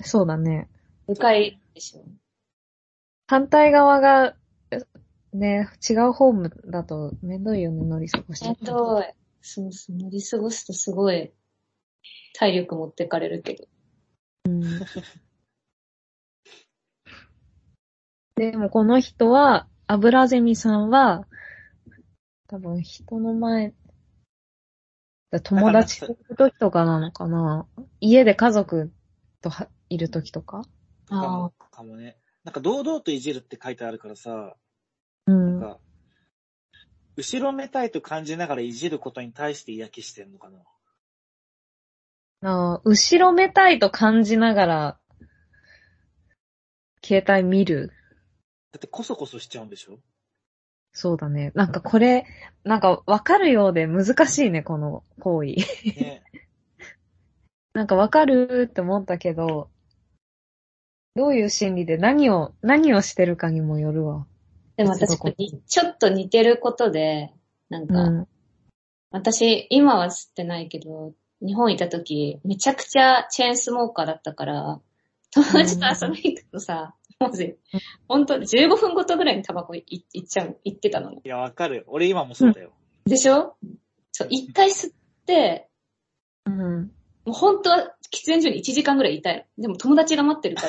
Speaker 1: そうだね。
Speaker 3: 向かいでしょ
Speaker 1: 反対側が、えね、違うホームだとめんどいよね、乗り過ごして。
Speaker 3: えっと、そうそう、乗り過ごすとすごい、体力持ってかれるけど。
Speaker 1: うんでもこの人は、油ゼミさんは、多分人の前、友達といる時とかなのかな家で家族とはいる時とか
Speaker 2: かも、かもね。なんか、堂々といじるって書いてあるからさ、
Speaker 1: う
Speaker 2: なん
Speaker 1: ん。
Speaker 2: か、後ろめたいと感じながらいじることに対して嫌気してんのかな。
Speaker 1: あー後ろめたいと感じながら、携帯見る。
Speaker 2: だって、こそこそしちゃうんでしょ
Speaker 1: そうだね。なんかこれ、なんかわかるようで難しいね、この行為。
Speaker 2: ね。
Speaker 1: なんかわかるって思ったけど、どういう心理で何を、何をしてるかにもよるわ。
Speaker 3: でも私これに、ちょっと似てることで、なん
Speaker 1: う
Speaker 3: か、
Speaker 1: ん。
Speaker 3: 私、今は吸ってないけど、日本いた時、めちゃくちゃチェーンスモーカーだったから、友達と遊びに行くとさ、もうぜ
Speaker 1: うん、
Speaker 3: ほんと15分ごとぐらいにタバコいいっちゃう、行ってたのね。
Speaker 2: いや、わかる。俺今もそうだよ。
Speaker 3: でしょそう、一回吸って、
Speaker 1: うん。
Speaker 3: もう本当は喫煙所に1時間ぐらいいたいの。でも友達が待ってる から、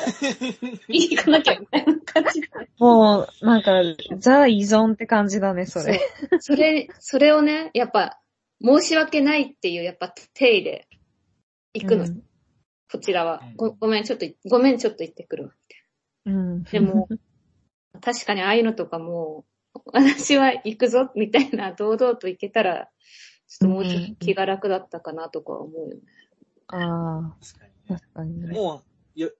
Speaker 3: 行かなきゃみたいな感じで。
Speaker 1: もう、なんか、ザ依存って感じだね、それ。
Speaker 3: そうそれ、それをね、やっぱ、申し訳ないっていう、やっぱ、手で行くの、
Speaker 1: うん
Speaker 3: こちらは
Speaker 2: うん。
Speaker 3: ごごめん、ちょっと、ごめん、ちょっと行ってくるわ。
Speaker 1: うん。
Speaker 3: でも、確かにああいうのとかも、私は行くぞ、みたいな、堂々と行けたら、ちょっともうちょっと気が楽だったかなとか思うよね。
Speaker 1: あ
Speaker 2: 確か
Speaker 1: あ、確かに
Speaker 2: に。
Speaker 1: ね。
Speaker 2: もう、よ、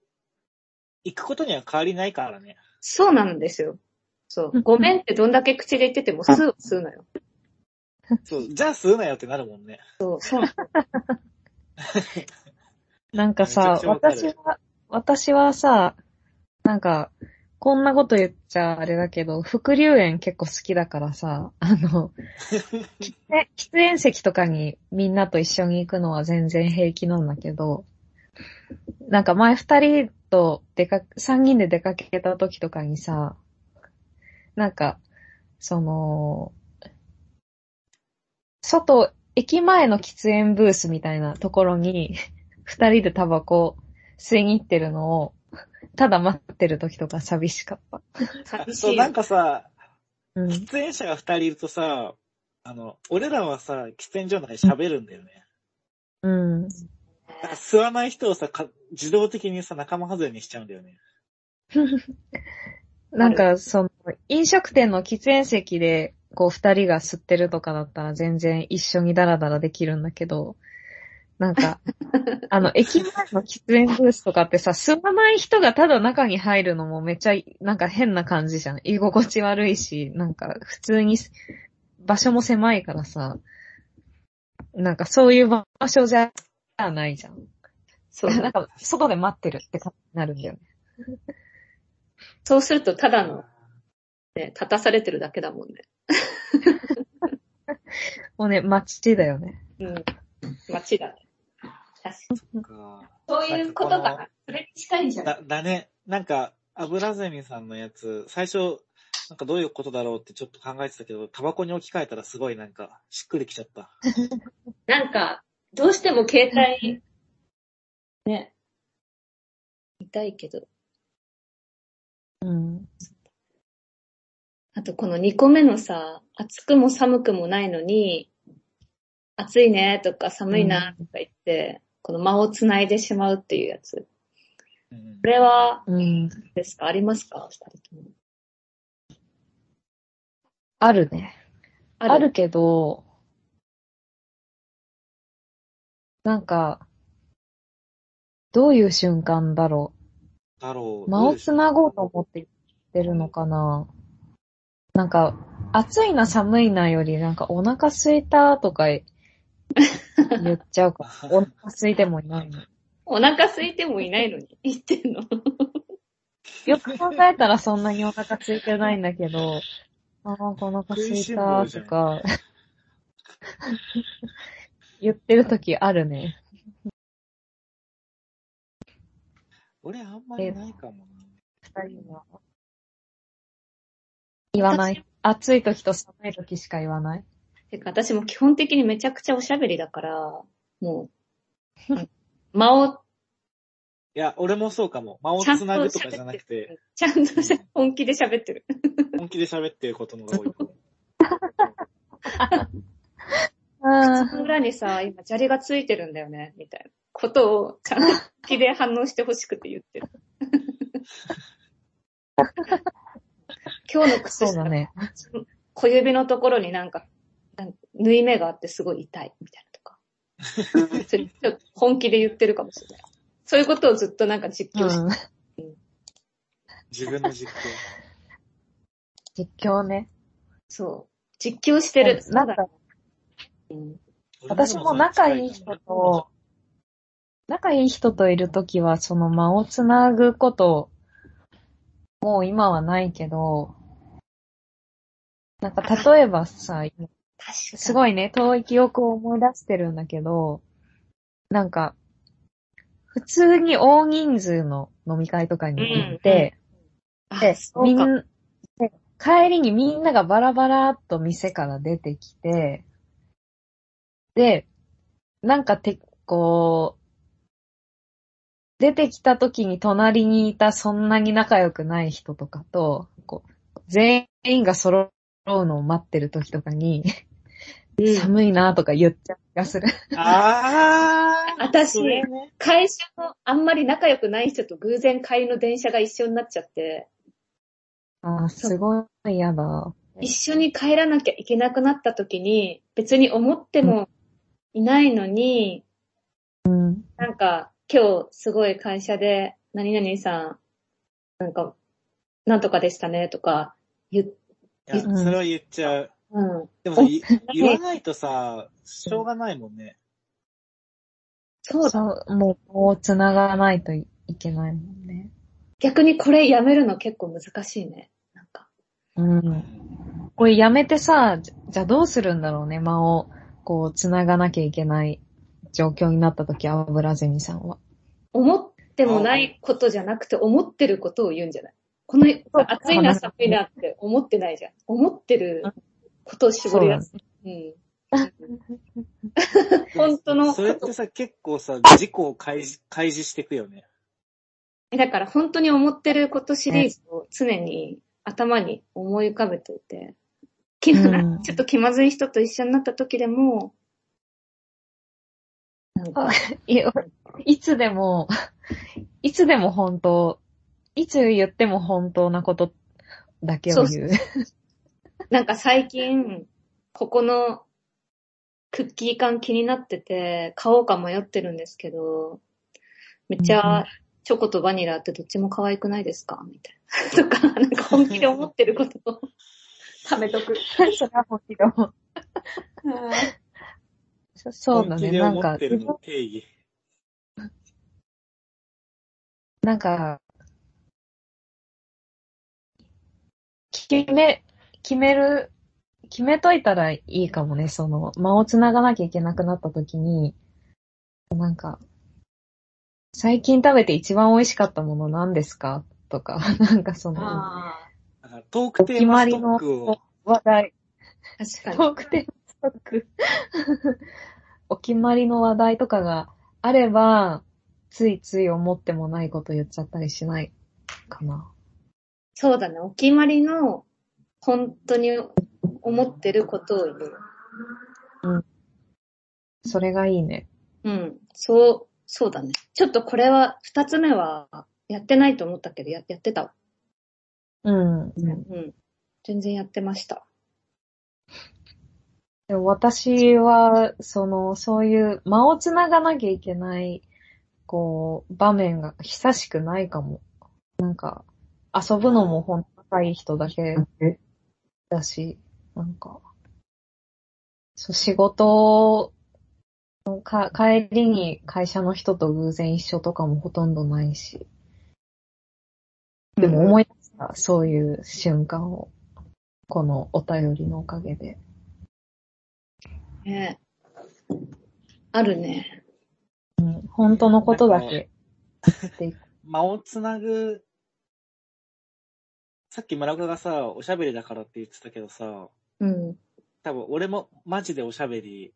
Speaker 2: 行くことには変わりないからね。
Speaker 3: そうなんですよ。そう。ごめんってどんだけ口で言ってても、すーすーのよ。
Speaker 2: そう、じゃあ吸うなよってなるもんね。
Speaker 3: そう、そうなの。
Speaker 1: なんか
Speaker 2: めちゃ
Speaker 1: さ
Speaker 2: く、ちゃわかる
Speaker 1: 私は、私はさ、なんか、こんなこと言っちゃあれだけど、副流煙結構好きだからさ、あ の、喫煙喫煙席とかにみんなと一緒に行くのは全然平気なんだけど、なんか前二人と出か、三人で出かけた時とかにさ、なんか、その、外、駅前の喫煙ブースみたいなところに、二人でタバコ吸いに行ってるのを、ただ待ってる時とか寂しかった。
Speaker 3: 寂し
Speaker 2: そう、
Speaker 3: い
Speaker 2: なん
Speaker 3: よ。
Speaker 2: かさ、
Speaker 1: うん。
Speaker 2: 喫煙者が二人いるとさ、あの、俺らはさ、喫煙所の中で喋るんだよね。
Speaker 1: うん。
Speaker 2: なんか吸わない人をさ、か自動的にさ、仲間外れにしちゃうんだよね。
Speaker 1: なんか、その、飲食店の喫煙席で、こう、二人が吸ってるとかだったら全然一緒にダラダラできるんだけど、なんか、あの、駅前の喫煙ブースとかってさ、吸わない人がただ中に入るのもめっちゃ、なんか変な感じじゃん。居心地悪いし、なんか、普通に、場所も狭いからさ、なんかそういう場所じゃないじゃん。
Speaker 3: そう。
Speaker 1: なんか、外で待ってるって感じになるんだよね。
Speaker 3: そうすると、ただの、ね、立たされてるだけだもんね。
Speaker 1: もうね、街だよね。
Speaker 3: うん。街だね。確かに。
Speaker 2: なんか
Speaker 3: そういうことか
Speaker 2: なん
Speaker 3: な
Speaker 2: か。
Speaker 3: それに近いんじゃない
Speaker 2: だ、だね。なんか、油ゼミさんのやつ、最初、なんかどういうことだろうってちょっと考えてたけど、タバコに置き換えたらすごいなんか、しっくりきちゃった。
Speaker 3: なんか、どうしても携帯、ね、痛いけど。
Speaker 1: うん。
Speaker 3: あとこの2個目のさ、暑くも寒くもないのに、暑いねとか寒いなとか言って、この間を繋いでしまうっていうやつ。こ
Speaker 2: うん
Speaker 3: れは、
Speaker 1: うん。
Speaker 3: ですかありますか二人とも。
Speaker 1: あるね。
Speaker 3: あ
Speaker 1: あるけど、なんか、どういう瞬間だろ
Speaker 2: だろ
Speaker 1: う。
Speaker 2: う。
Speaker 1: 間を繋ごうと思って言ってるのかな。なんか、暑いな寒いなより、なんかお腹空いたとか言言っちゃうか。 お腹空いてもいないの。
Speaker 3: お腹空いてもいないのに、言ってんの。
Speaker 1: よく考えたらそんなにお腹空いてないんだけど、ああ、お腹空いたとか、 言ってる時あるね。
Speaker 2: 俺あんまりないかも
Speaker 1: 二人は。言わない。暑い時と寒い時しか言わない。
Speaker 3: てか私も基本的にめちゃくちゃおしゃべりだから、も う、間を
Speaker 2: いや、俺もそうかも。間を
Speaker 3: ちゃん
Speaker 2: つ
Speaker 3: と
Speaker 2: なぐとかじゃ
Speaker 3: 喋
Speaker 2: な
Speaker 3: っ
Speaker 2: く
Speaker 3: て
Speaker 2: て、
Speaker 3: る。ちゃんとしゃ本気で喋ってる。
Speaker 2: 本気で喋ってることの方が多いかも。
Speaker 1: あ
Speaker 3: 靴の裏にさ、今砂利がついてるんだよね、みたいなことをちゃんと本気で反応してほしくて言っ てる。今日の靴
Speaker 1: そうだ
Speaker 3: 下、
Speaker 1: ね。
Speaker 3: 小指のところになんか、なんか縫い目があってすごい痛い、みたいなとか。それちょっと本気で言ってるかもしれない。そういうことをずっとなんか実況して、
Speaker 1: うん。
Speaker 2: 自分の実況。
Speaker 1: 実況ね。
Speaker 3: そう。実況してる。
Speaker 1: なんか、
Speaker 3: うん
Speaker 1: 私も仲いい人と、仲いい人といるときは、その間をつなぐこと、もう今はないけど、なんか例えばさ、
Speaker 3: 確かに。
Speaker 1: す
Speaker 3: い。
Speaker 1: ごいね、遠い記憶を思い出してるんだけど、なんか、普通に大人数の飲み会とかに行って、
Speaker 3: あ、
Speaker 1: で、
Speaker 3: そ
Speaker 1: み
Speaker 3: うんか。
Speaker 1: で帰りにみんながバラバラっと店から出てきて、で、なんかて、こ出てきた時に隣にいたそんなに仲良くない人とかと、こう全員が揃うのを待ってる時とかに、
Speaker 3: うん、
Speaker 1: 寒いなとか言っちゃう気がする。
Speaker 2: あー。
Speaker 3: 私
Speaker 2: それね
Speaker 3: 会社のあんまり仲良くない人と偶然帰りの電車が一緒になっちゃって、
Speaker 1: あーすごい嫌だ。
Speaker 3: 一緒に帰らなきゃいけなくなった時に、別に思ってもいないのに、
Speaker 1: うん。
Speaker 3: なんか、今日すごい会社で、何々さん、なんか、なんとかでしたねとか、言っ、
Speaker 2: いやそれは言っちゃう。
Speaker 3: うん。
Speaker 2: でもさ、い言わないとさ、しょうがないもんね。
Speaker 3: そうだ。
Speaker 1: そう、もう、もう繋がないといけないもんね。
Speaker 3: 逆にこれやめるの結構難しいね。なんか。
Speaker 1: うん。これやめてさ、じじゃあどうするんだろうね、間を、こう、繋がなきゃいけない状況になった時、アブラゼミさんは。
Speaker 3: 思ってもないことじゃなくて、思ってることを言うんじゃないこの
Speaker 1: そう
Speaker 3: 暑いな、寒いなって思ってないじゃん。思ってることを絞り出す。うん。本当の
Speaker 2: それってさ、結構さ、事故を開示、開示していくよね。
Speaker 3: だから本当に思ってることシリーズを常に頭に思い浮かべていて、気ま
Speaker 1: うん
Speaker 3: ちょっと気まずい人と一緒になった時でも、なんか
Speaker 1: あ、いやいつでも、 いつでも本当、いつ言っても本当なことだけを 言う。
Speaker 3: なんか最近、ここのクッキー缶気になってて、買おうか迷ってるんですけど、めっち
Speaker 1: うんう
Speaker 3: ゃ
Speaker 1: ん
Speaker 3: チョコとバニラってどっちも可愛くないですかみたいな。とか、なんか本気で思ってることを貯めと く。
Speaker 1: それはもちろん。そそうだ
Speaker 2: 本気
Speaker 1: ね、
Speaker 2: で
Speaker 1: なん
Speaker 2: 思
Speaker 1: か
Speaker 2: っ、てるの定義。
Speaker 1: なんか、決め、決める、決めといたらいいかもね、その、間を繋がなきゃいけなくなった時に、なんか、最近食べて一番美味しかったもの何ですかとか、 なんかその、
Speaker 3: あ
Speaker 2: だからトークテーマストックを。
Speaker 1: 話題、
Speaker 3: あ、確かに。
Speaker 1: トークテーマストック。 お決まりの話題とかがあれば、ついつい思ってもないこと言っちゃったりしないかな。
Speaker 3: そうだね。お決まりの、本当に思ってることを言う。
Speaker 1: それがいいね。
Speaker 3: うん。そう、そうだね。ちょっとこれは、二つ目は、やってないと思ったけど、ややってたわ。
Speaker 1: うん。
Speaker 3: うん。全然やってました。
Speaker 1: でも私は、その、そういう間を繋がなきゃいけない、こう、場面が久しくないかも。なんか、遊ぶのもほんと高い人だけだし、なんか、そう仕事のか、帰りに会社の人と偶然一緒とかもほとんどないし。でも思い出した、そういう瞬間を。このお便りのおかげで。
Speaker 3: ねあるね。
Speaker 1: うん、本当のことだけ。っていく
Speaker 2: 間をつなぐ、さっき村岡がさ、おしゃべりだからって言ってたけどさ、
Speaker 3: うん。
Speaker 2: 多分俺もマジでおしゃべり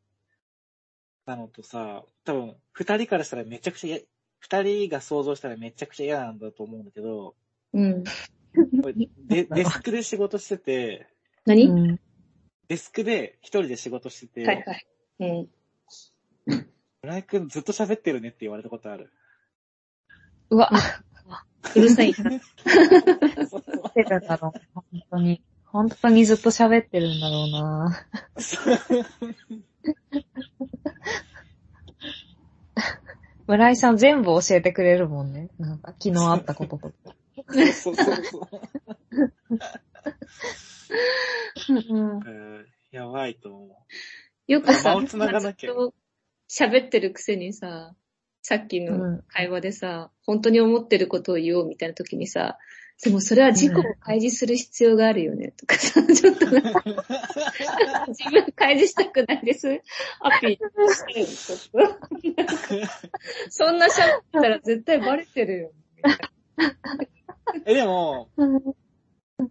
Speaker 2: なのとさ、多分二人からしたらめちゃくちゃ嫌、二人が想像したらめちゃくちゃ嫌なんだと思うんだけど、
Speaker 3: うん。
Speaker 2: デデスクで仕事してて、
Speaker 3: 何、
Speaker 1: うん
Speaker 2: デスクで一人で仕事してて、
Speaker 3: はいはい。うん。
Speaker 2: 村井くんずっと喋ってるねって言われたことあ る。
Speaker 1: うわ、
Speaker 3: うるさ い。
Speaker 2: そう
Speaker 1: 出ただろう。本当に。本当にずっと喋ってるんだろう な。
Speaker 2: そう
Speaker 1: 村井さん全部教えてくれるもんね。なんか昨日あったこととか。
Speaker 2: そうそうそう。
Speaker 3: うん
Speaker 2: うんやばいと思
Speaker 3: よくさ、
Speaker 2: 間を繋がなきゃ
Speaker 3: ずっと喋ってるくせにさ、さっき
Speaker 1: う
Speaker 3: の
Speaker 1: ん
Speaker 3: 会話でさ、本当に思ってることを言おうみたいな時にさ、でもそれは事故を開示する必要があるよね、とかさ、ちょっとなんか自分開示したくないです。アピールしてるちょっとそんな喋ったら絶対バレてるよ。
Speaker 2: う。え、でも、
Speaker 1: うん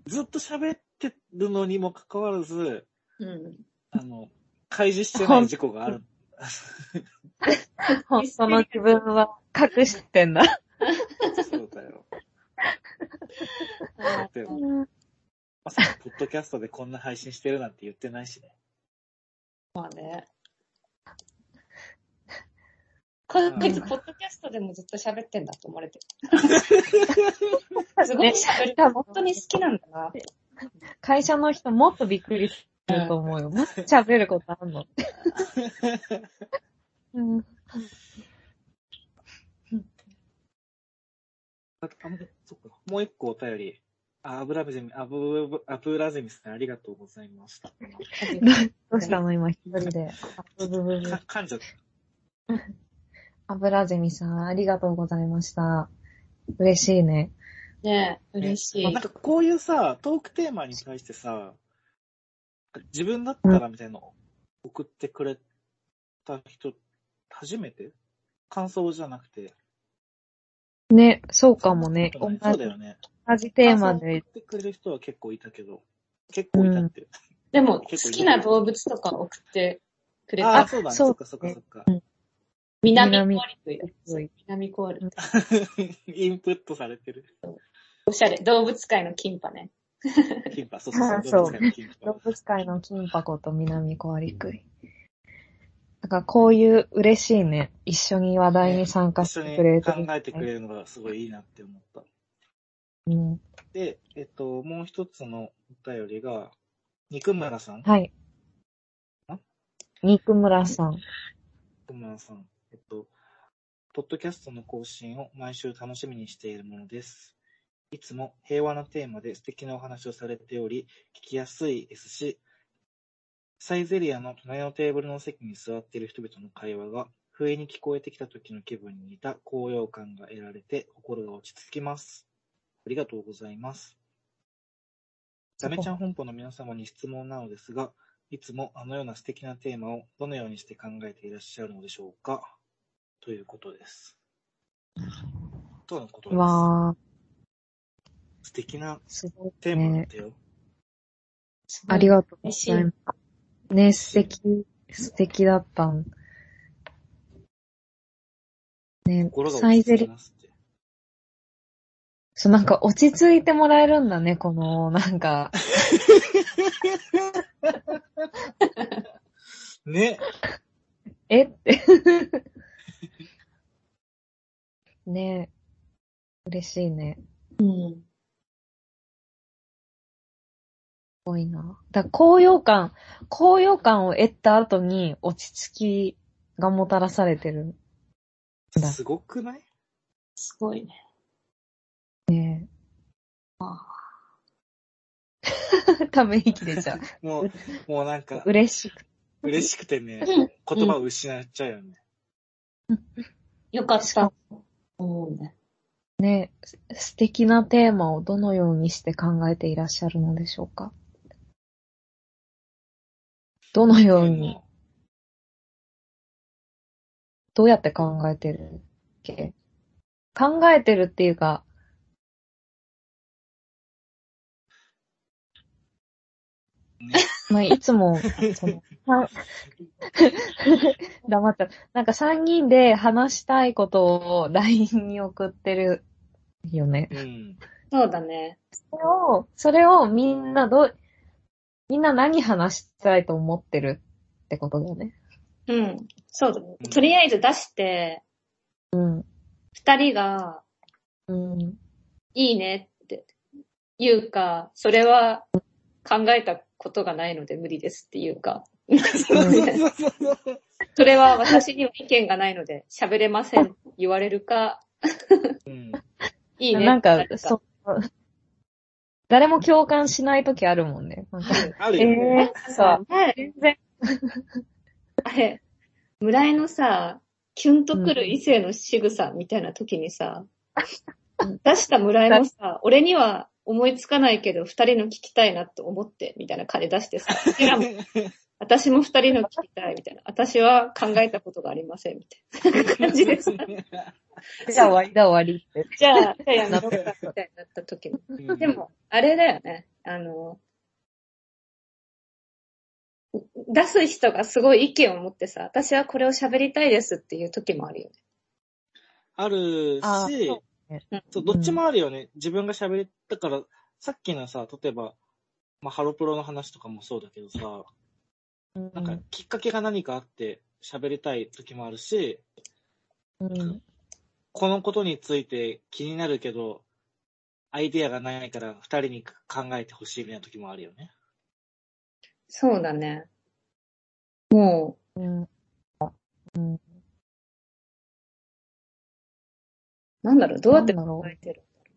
Speaker 2: ずっと喋ってるのにもかかわらず、
Speaker 3: うん。
Speaker 2: あの、開示してない事故がある。
Speaker 1: 本当の自分は隠してんだ。
Speaker 2: そうだ よ。だって、まさかポッドキャストでこんな配信してるなんて言ってないしね。
Speaker 3: まあね。こいつ、ポッドキャストでもずっと喋ってんだと思われてる。すごい喋りが本当に好きなんだな。
Speaker 1: 会社の人もっとびっくりすると思うよ。もっと喋ることあ んの。うん、
Speaker 2: ああもうそっかもう一個お便り。あ、油ゼミ、油油ゼミさんありがとうございました。
Speaker 1: どうしたの今一人 で。あブブブブ
Speaker 2: か噛んじゃった。
Speaker 1: 油ゼミさん、ありがとうございました。嬉しいね。
Speaker 3: ねえ、嬉し
Speaker 2: まあ
Speaker 3: い
Speaker 2: なん。かこういうさ、トークテーマに対してさ、自分だったらみたいなの送ってくれた人、初めて感想じゃなくて。
Speaker 1: ね、そうかもね。同
Speaker 2: そうだ
Speaker 1: じ
Speaker 2: よね。
Speaker 1: 同じテーマ
Speaker 2: 感想
Speaker 1: で
Speaker 2: 送ってくれる人は結構いたけど、結構いたって。
Speaker 3: でも、好きな動物とか送ってくれ
Speaker 2: あ
Speaker 3: た
Speaker 2: あ、。そうだね。
Speaker 1: そう
Speaker 2: そっかそっかそっか。
Speaker 3: 南コアリという。
Speaker 1: すごい
Speaker 3: 南コアリ。
Speaker 2: インプットされてる。
Speaker 3: おしゃれ。動物界のキンパね。
Speaker 2: キンパ、そうそう
Speaker 1: あ
Speaker 2: そう。
Speaker 1: そう
Speaker 2: 動物界のキンパ
Speaker 1: 動物界の金箱と南小アリクイ。なんかこういう嬉しいね。一緒に話題に参加し
Speaker 2: 一緒
Speaker 1: てくれ
Speaker 2: に
Speaker 1: る
Speaker 2: 考
Speaker 1: と、
Speaker 2: えてくれるのがすごいいいなって思った。
Speaker 1: うん。
Speaker 2: で、えっと、もう一つのお便りが、肉村さん。
Speaker 1: はい。肉村さん。
Speaker 2: 徳村さん、えっと、ポッドキャストの更新を毎週楽しみにしているものです。いつも平和なテーマで素敵なお話をされており、聞きやすいですし、サイゼリアの隣のテーブルの席に座っている人々の会話が、不意に聞こえてきた時の気分に似た高揚感が得られて、心が落ち着きます。ありがとうございます。ダメちゃん本舗の皆様に質問なのですが、いつもあのような素敵なテーマをどのようにして考えていらっしゃるのでしょうかということです。とのことで
Speaker 1: わー、
Speaker 2: す。素敵な
Speaker 1: すご
Speaker 2: テ
Speaker 1: い
Speaker 2: ーマだっ
Speaker 1: ね。
Speaker 2: たよ。
Speaker 1: あり
Speaker 3: が
Speaker 1: がとうございます。ね、素敵、素敵だったん。ね
Speaker 2: 心、が
Speaker 1: サイ
Speaker 2: 落
Speaker 1: ゼ
Speaker 2: ち着き
Speaker 1: リ、
Speaker 2: ますって。
Speaker 1: そう、なんか落ち着いてもらえるんだね、この、なんか、
Speaker 2: ね
Speaker 1: えって。 ねえ。嬉しいね。
Speaker 3: うん。
Speaker 1: 多いな。だから高揚感、高揚感を得た後に落ち着きがもたらされてる。だ
Speaker 2: すごくない
Speaker 3: すごいね。
Speaker 1: ね
Speaker 3: あ
Speaker 1: え。 ため息出ちゃう。
Speaker 2: もう、もうなんか、
Speaker 1: 嬉しく。
Speaker 2: 嬉しくてね、
Speaker 3: うん
Speaker 2: 言葉を失っちゃうよね。
Speaker 3: よかった。思うね。
Speaker 1: ねえ、す素敵なテーマをどのようにして考えていらっしゃるのでしょうかどのように、どうやって考えてるっけ考えてるっていうか、
Speaker 2: ね
Speaker 1: まあ、いつも、その、 さ黙った。なんか3人で話したいことを LINE に送ってるよね。
Speaker 2: うん。
Speaker 3: そうだね。
Speaker 1: それを、それをみんなどう、みんな何話したいと思ってるってことだよね。
Speaker 3: うん。そうだね
Speaker 2: うん。
Speaker 3: とりあえず出して、
Speaker 1: うん。
Speaker 3: 二人が、
Speaker 1: うん。
Speaker 3: いいねって言うか、それは考えたことがないので無理ですっていうか、
Speaker 2: そうそうそうそう。
Speaker 3: それは私には意見がないので喋れませんって言われるか、
Speaker 2: うん。
Speaker 3: いいね
Speaker 1: なんか
Speaker 3: って、言
Speaker 1: そう。誰も共感しないときあるもんね。なんか
Speaker 2: ある
Speaker 1: え
Speaker 2: よね。
Speaker 1: えー、さ、
Speaker 3: われたら
Speaker 1: 全然、
Speaker 3: あれ、村井のさ、キュンとくる異性の仕草みたいな時にさ、出した村井もさ、俺には思いつかないけど二人の聞きたいなと思って、みたいな彼出してさ、俺らも私も二人の聞きたい、みたいな。私は考えたことがありません、みたいな感 じです。
Speaker 1: じゃあ終わりだ終わりって。
Speaker 3: じゃあ、じゃあやめようか、みたいになった時の。
Speaker 2: うん
Speaker 3: でも、あれだよね。あの、出す人がすごい意見を持ってさ、私はこれを喋りたいですっていう時もあるよね。
Speaker 2: ある
Speaker 1: あ
Speaker 2: し、
Speaker 1: そ
Speaker 2: そう、どっちもあるよね。自分が喋り、だから、さっきのさ、例えば、まあ、ハロプロの話とかもそうだけどさ、
Speaker 1: うん
Speaker 2: なんか、きっかけが何かあって喋りたい時もあるし、
Speaker 1: うん
Speaker 2: このことについて気になるけど、アイデアがないから二人に考えてほしいみたいな時もあるよね。
Speaker 3: そうだね。も
Speaker 1: うん
Speaker 3: う、なんだろう、どうやって
Speaker 1: なんだろ
Speaker 3: 考
Speaker 1: う
Speaker 3: えてるんだろう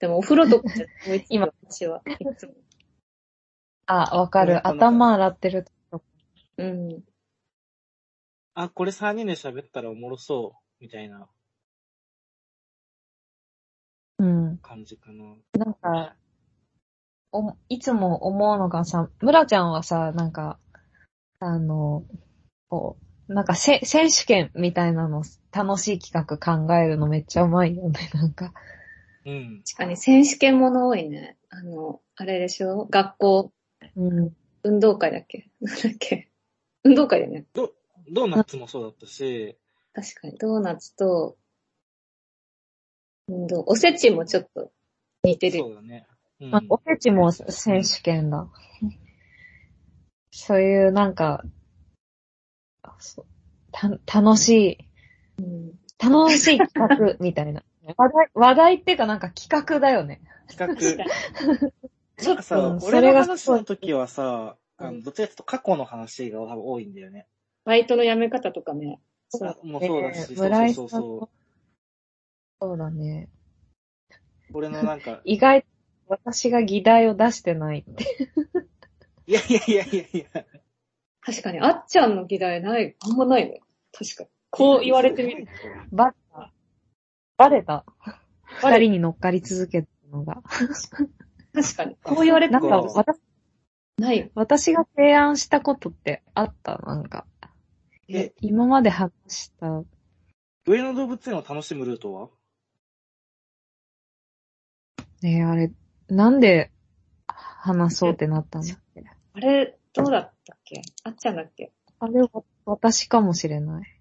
Speaker 3: でもお風呂とかで思いつく
Speaker 1: 今
Speaker 3: 私はいつも。
Speaker 1: あ、わか
Speaker 2: なん
Speaker 1: る。
Speaker 2: かなんか
Speaker 1: 頭洗ってる。
Speaker 3: うん。
Speaker 2: あ、これ三人で喋ったらおもろそう、みたいな
Speaker 1: うん。
Speaker 2: 感じかな。
Speaker 1: なんか、お、いつも思うのがさ、村ちゃんはさ、なんか、あの、こう、なんかせ、選手権みたいなの、楽しい企画考えるのめっちゃうまいよね、 なんか。
Speaker 2: うん。
Speaker 3: 確かに選手権もの多いね。あの、あれでしょ学校、
Speaker 1: うん。
Speaker 3: 運動会だっけなんだっけ運動会だよね。
Speaker 2: ドーナツもそうだったし、
Speaker 3: 確かに。ドーナツと、運動、おせちもちょっと似てるよ
Speaker 2: そうだね。うん。
Speaker 1: まあ、おせちも選手権だ。そういう、なんか、そうた、楽しい、
Speaker 3: うん
Speaker 1: 楽しい企画みたい な。話題、話題っていうかなんか企画だよね。
Speaker 2: 企
Speaker 3: 確か
Speaker 2: 画
Speaker 3: に。
Speaker 2: なんかさ
Speaker 1: うん、そ
Speaker 2: 俺
Speaker 1: れ
Speaker 2: の
Speaker 1: がす
Speaker 2: 話
Speaker 1: ごい
Speaker 2: の時はさ、
Speaker 3: うん
Speaker 2: あのどっちかというと過去の話が多分多いんだよね。
Speaker 3: バイトの辞め方とかね。そう
Speaker 2: あもうそうだ
Speaker 1: え
Speaker 2: し、
Speaker 1: ー
Speaker 2: そう
Speaker 1: 村井
Speaker 2: そう
Speaker 1: さん
Speaker 2: そ
Speaker 1: のそうだね。
Speaker 2: う。俺のなんか、
Speaker 1: 意外と私が議題を出してないって。
Speaker 2: いやいやいやいやいや。
Speaker 3: 確かに、あっちゃんの議題ない、あんまないね。確かに。こう言われてみる。。
Speaker 1: バレた。バレ た。二人に乗っかり続けたのが。
Speaker 3: 確かに。
Speaker 2: あ
Speaker 3: こう言われ
Speaker 2: そ
Speaker 3: た
Speaker 1: な
Speaker 2: っ
Speaker 1: ん
Speaker 2: か
Speaker 1: か、わた
Speaker 3: ないよ。
Speaker 1: 私が提案したことってあったなんか。
Speaker 2: え、
Speaker 1: 今まで話した、
Speaker 2: 上野動物園を楽しむルートは
Speaker 1: ねえあれ、なんで話そうってなったんだっけ
Speaker 3: あれ、どうだったっけあっちゃんだっけ
Speaker 1: あれは私かもしれない。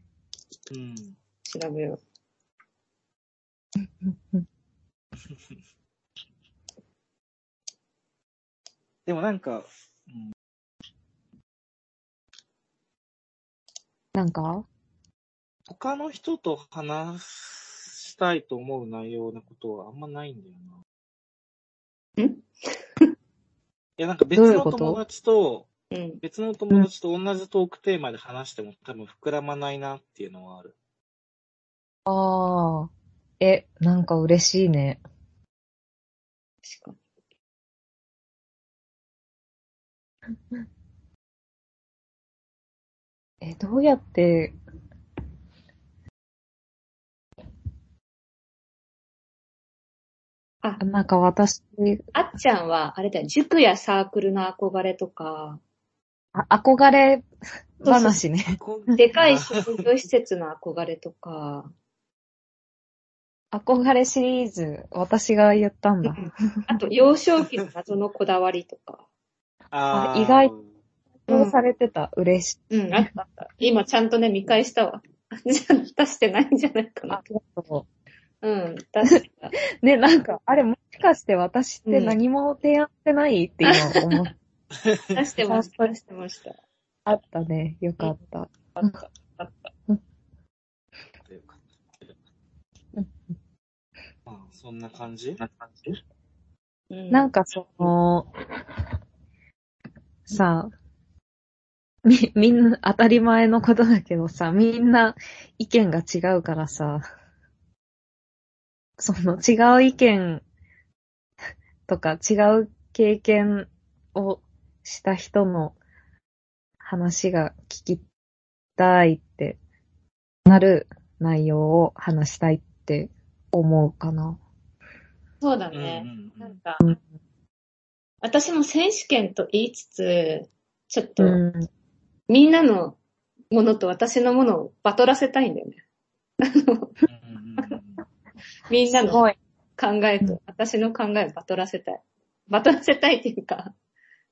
Speaker 2: うん。
Speaker 3: 調べよ
Speaker 2: でもなんか、
Speaker 1: なんか
Speaker 2: 他の人と話したいと思う内容なことはあんまないんだよな。
Speaker 3: ん
Speaker 2: いや、なんか別
Speaker 1: どういう
Speaker 2: の
Speaker 1: こと
Speaker 2: 友達と、
Speaker 3: う。うん。
Speaker 2: 別の友達と同じトークテーマで話しても多分膨らまないなっていうのはある。
Speaker 1: ああ。え、なんか嬉しいね。
Speaker 3: 確かに。
Speaker 1: え、どうやって、
Speaker 3: あ
Speaker 1: なんか私、
Speaker 3: あっちゃんは、あれだよ、塾やサークルの憧れとか、
Speaker 1: あ憧れ話ね。
Speaker 3: でかい商業施設の憧れとか、
Speaker 1: 憧れシリーズ、私が言ったんだ。
Speaker 3: あと幼少期の謎のこだわりとか。
Speaker 2: あ
Speaker 1: あ意外
Speaker 2: と。
Speaker 1: そうされてた、嬉しい。
Speaker 3: うん、あったあった。今ちゃんとね、見返したわ。 じゃあ出してないんじゃないか
Speaker 1: あ
Speaker 3: な。
Speaker 1: りがと
Speaker 3: うん、出してた。
Speaker 1: う。ね、なんか、あれもしかして私って何も提案してない、って今思っ
Speaker 3: 出してました。出してました。
Speaker 1: あったね。よかった。
Speaker 3: あった、あった。
Speaker 2: まあ、そんな感じ
Speaker 3: うん、
Speaker 1: なんかその、さあ、み、みんな、当たり前のことだけどさ、みんな意見が違うからさ、その違う意見 とか違う経験をした人の話が聞きたいってなる内容を話したいって思うかな。
Speaker 3: そうだ
Speaker 2: うんう
Speaker 3: ね。
Speaker 2: んう
Speaker 3: なん
Speaker 2: ん。
Speaker 3: か、私も選手権と言いつつ、ちょっと、
Speaker 1: うん。
Speaker 3: みんなのものと私のものをバトらせたいんだよね。みんな
Speaker 1: す
Speaker 3: の
Speaker 1: ごい。
Speaker 3: 考え
Speaker 1: う
Speaker 3: と、私の考えをバトらせたい。バトらせたいっていうか、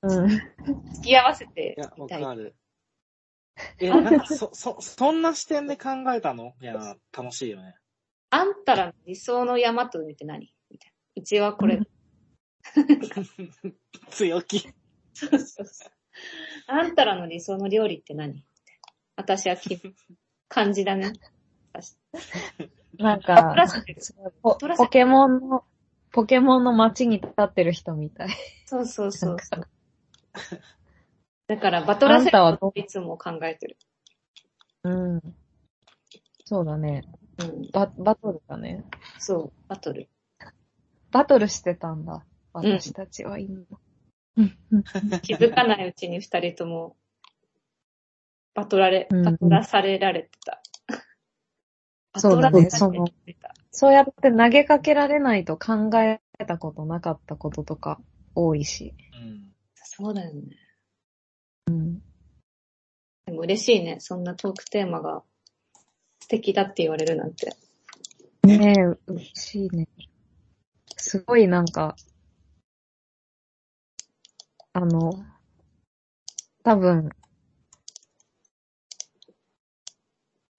Speaker 1: うん。
Speaker 3: 付き合わせて
Speaker 2: いや、
Speaker 3: み
Speaker 2: わ
Speaker 3: たい。
Speaker 2: か る。え、なんか、そ、そ、そんな視点で考えたのいや、楽しいよね。
Speaker 3: あんたらの理想の山と海って何みたいな。うちはこれ。
Speaker 2: 強気。
Speaker 3: そうそうそう。あんたらの理想の料理って何みたいな私はき、漢字だね。
Speaker 1: なん
Speaker 3: あ、プ
Speaker 1: か、
Speaker 3: ラスです。
Speaker 1: ポ
Speaker 3: 取らせ
Speaker 1: ポケモンの、ポケモンの街に立ってる人みたい。
Speaker 3: そうそうそ
Speaker 1: なん
Speaker 3: う。
Speaker 1: か
Speaker 3: だから、バト
Speaker 1: あ
Speaker 3: ラ
Speaker 1: ん
Speaker 3: セ
Speaker 1: たはど
Speaker 3: いつも考えてる。
Speaker 1: う、うん。そうだね。
Speaker 3: うん。
Speaker 1: バ、バトルだね。
Speaker 3: そう、バトル。
Speaker 1: バトルしてたんだ。私たちは今。うん。うん
Speaker 3: 気づかないうちに二人とも、バトられ、
Speaker 1: うん
Speaker 3: バトらされられてた。
Speaker 1: そうだね
Speaker 3: バトらされてた
Speaker 1: そうやって投げかけられないと考えたことなかったこととか多いし。
Speaker 2: うん。
Speaker 3: そうだよね。
Speaker 1: うん。
Speaker 3: でも嬉しいね。そんなトークテーマが素敵だって言われるなんて。
Speaker 1: ねえ、嬉しいね。すごいなんか、あの、多分、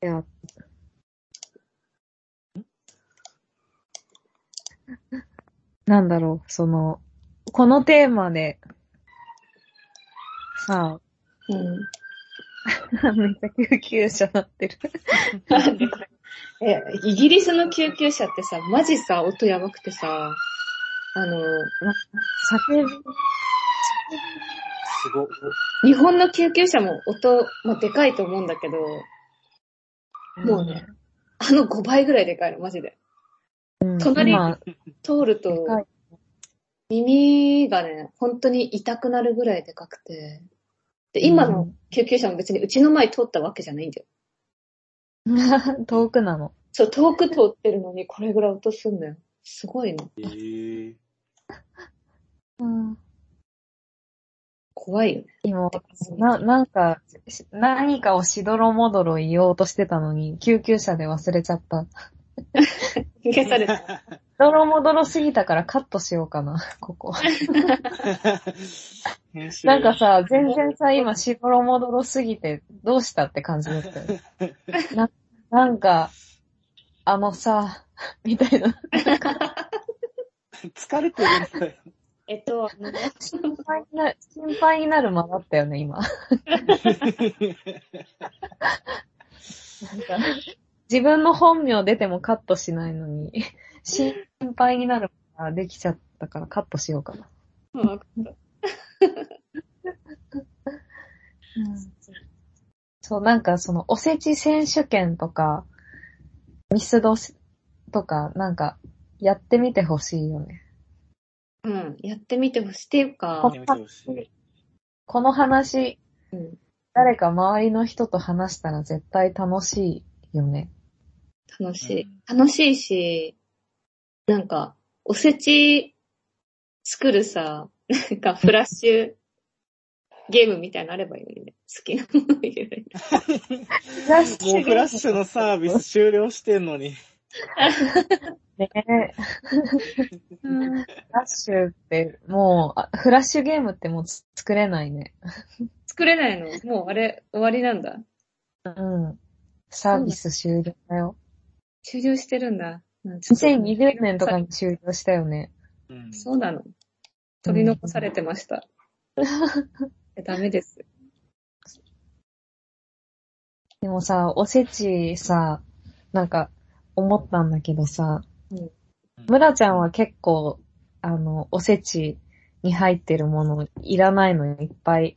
Speaker 1: いや、なんだろう、その、このテーマで、さ
Speaker 3: う
Speaker 1: あ、 めっちゃ救急車なってる。
Speaker 3: ん。 え、イギリスの救急車ってさ、マジさ、音やばくてさ、あの、
Speaker 1: 叫び、
Speaker 2: すご。
Speaker 3: 日本の救急車も音、まあ、でかいと思うんだけど、もうね、あの5倍ぐらいでかいの、マジで。
Speaker 1: うん、
Speaker 3: 隣
Speaker 1: 今
Speaker 3: 通る
Speaker 1: で
Speaker 3: と、
Speaker 1: かい
Speaker 3: 耳がね、本当に痛くなるぐらいでかくて。で、今
Speaker 1: う
Speaker 3: の
Speaker 1: ん
Speaker 3: 救急車も別にうちの前通ったわけじゃないんだよ。
Speaker 1: 遠くなの。
Speaker 3: そう、遠く通ってるのにこれぐらい音すんのよ。すごいの。
Speaker 2: えー、
Speaker 1: うん
Speaker 3: 怖いよね。
Speaker 1: 今、な、 なんか、し何かをしどろもどろ言おうとしてたのに、救急車で忘れちゃった。し
Speaker 3: 消された。
Speaker 1: どろもどろすぎたからカットしようかな、こ こ。
Speaker 2: 編集
Speaker 1: なんか、さ、全然さ、今しどろもどろすぎて、どうしたって感じだった よ。な、なんか、あのさ、みたいな。
Speaker 2: 疲れてるんだよ。
Speaker 3: えっと、あ の、
Speaker 1: 心配にな、心配になる間だったよね、今。なんか、自分の本名出てもカットしないのに、心配になるからできちゃったからカットしようかな。
Speaker 3: わかった
Speaker 1: そう、なんかその、おせち選手権とか、ミスドせとか、なんか、やってみてほしいよね。
Speaker 3: うん、やってみてほしい。っていうか
Speaker 1: こ、
Speaker 2: やめてほしい
Speaker 1: この話、
Speaker 3: うん、
Speaker 1: 誰か周りの人と話したら絶対楽しいよね。
Speaker 3: 楽しい。楽しいし、なんか、おせち作るさ、なんかフラッシュゲームみたいなのあればいいのにね。好きなもの入れる。
Speaker 2: もうフラッシュのサービス終了してんのに。
Speaker 1: ねえ。フラッシュって、もうあ、フラッシュゲームってもうつ作れないね。
Speaker 3: 作れないのもうあれ、終わりなんだ。
Speaker 1: うん。サービス終了だよ。
Speaker 3: 終了してるんだ。うんちょっと
Speaker 1: 2020年とかに終了したよね。
Speaker 2: うん
Speaker 3: そうなの。取り残されてました。えダメです。
Speaker 1: でもさ、おせちさ、なんか、思ったんだけどさ
Speaker 3: うん、
Speaker 1: むらちゃんは結構、あの、おせちに入ってるものいらないのいっぱい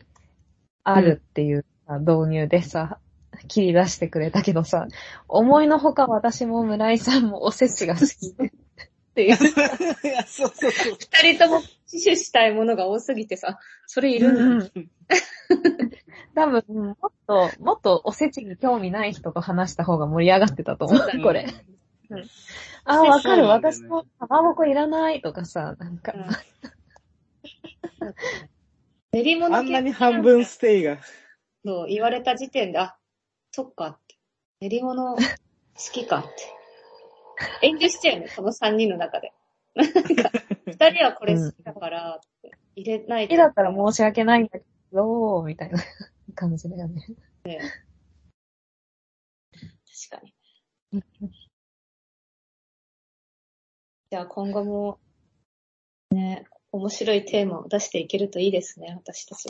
Speaker 1: あるっていうさ、導入でさ、切り出してくれたけどさ、思いのほか私も村井さんもおせちが好きっていう。
Speaker 2: いや、そうそう そう。
Speaker 3: 二人とも死守したいものが多すぎてさ、それいるんだ。
Speaker 1: 多分、もっと、もっとおせちに興味ない人と話した方が盛り上がってたと思
Speaker 3: そうだ
Speaker 1: う、これ。あー、
Speaker 2: そう
Speaker 1: わかる。
Speaker 2: そうなんだよ
Speaker 1: 私
Speaker 2: ね
Speaker 1: もかまぼこいらないとかさ、なんか
Speaker 3: う。ん 練り
Speaker 2: あ
Speaker 3: 物
Speaker 2: んな
Speaker 3: 系
Speaker 2: に半分ステイが。
Speaker 3: と言われた時点で、あ、そっかって。練り物好きか って。遠慮しちゃうよね、この三人の中で。なんか、二人はこれ好きだからって。入れない
Speaker 1: 好きだったら申し訳ないんだけど、みたいな感じだよね。
Speaker 3: 確かに。じゃあ今後も、ね、面白いテーマを出していけるといいですね、私たち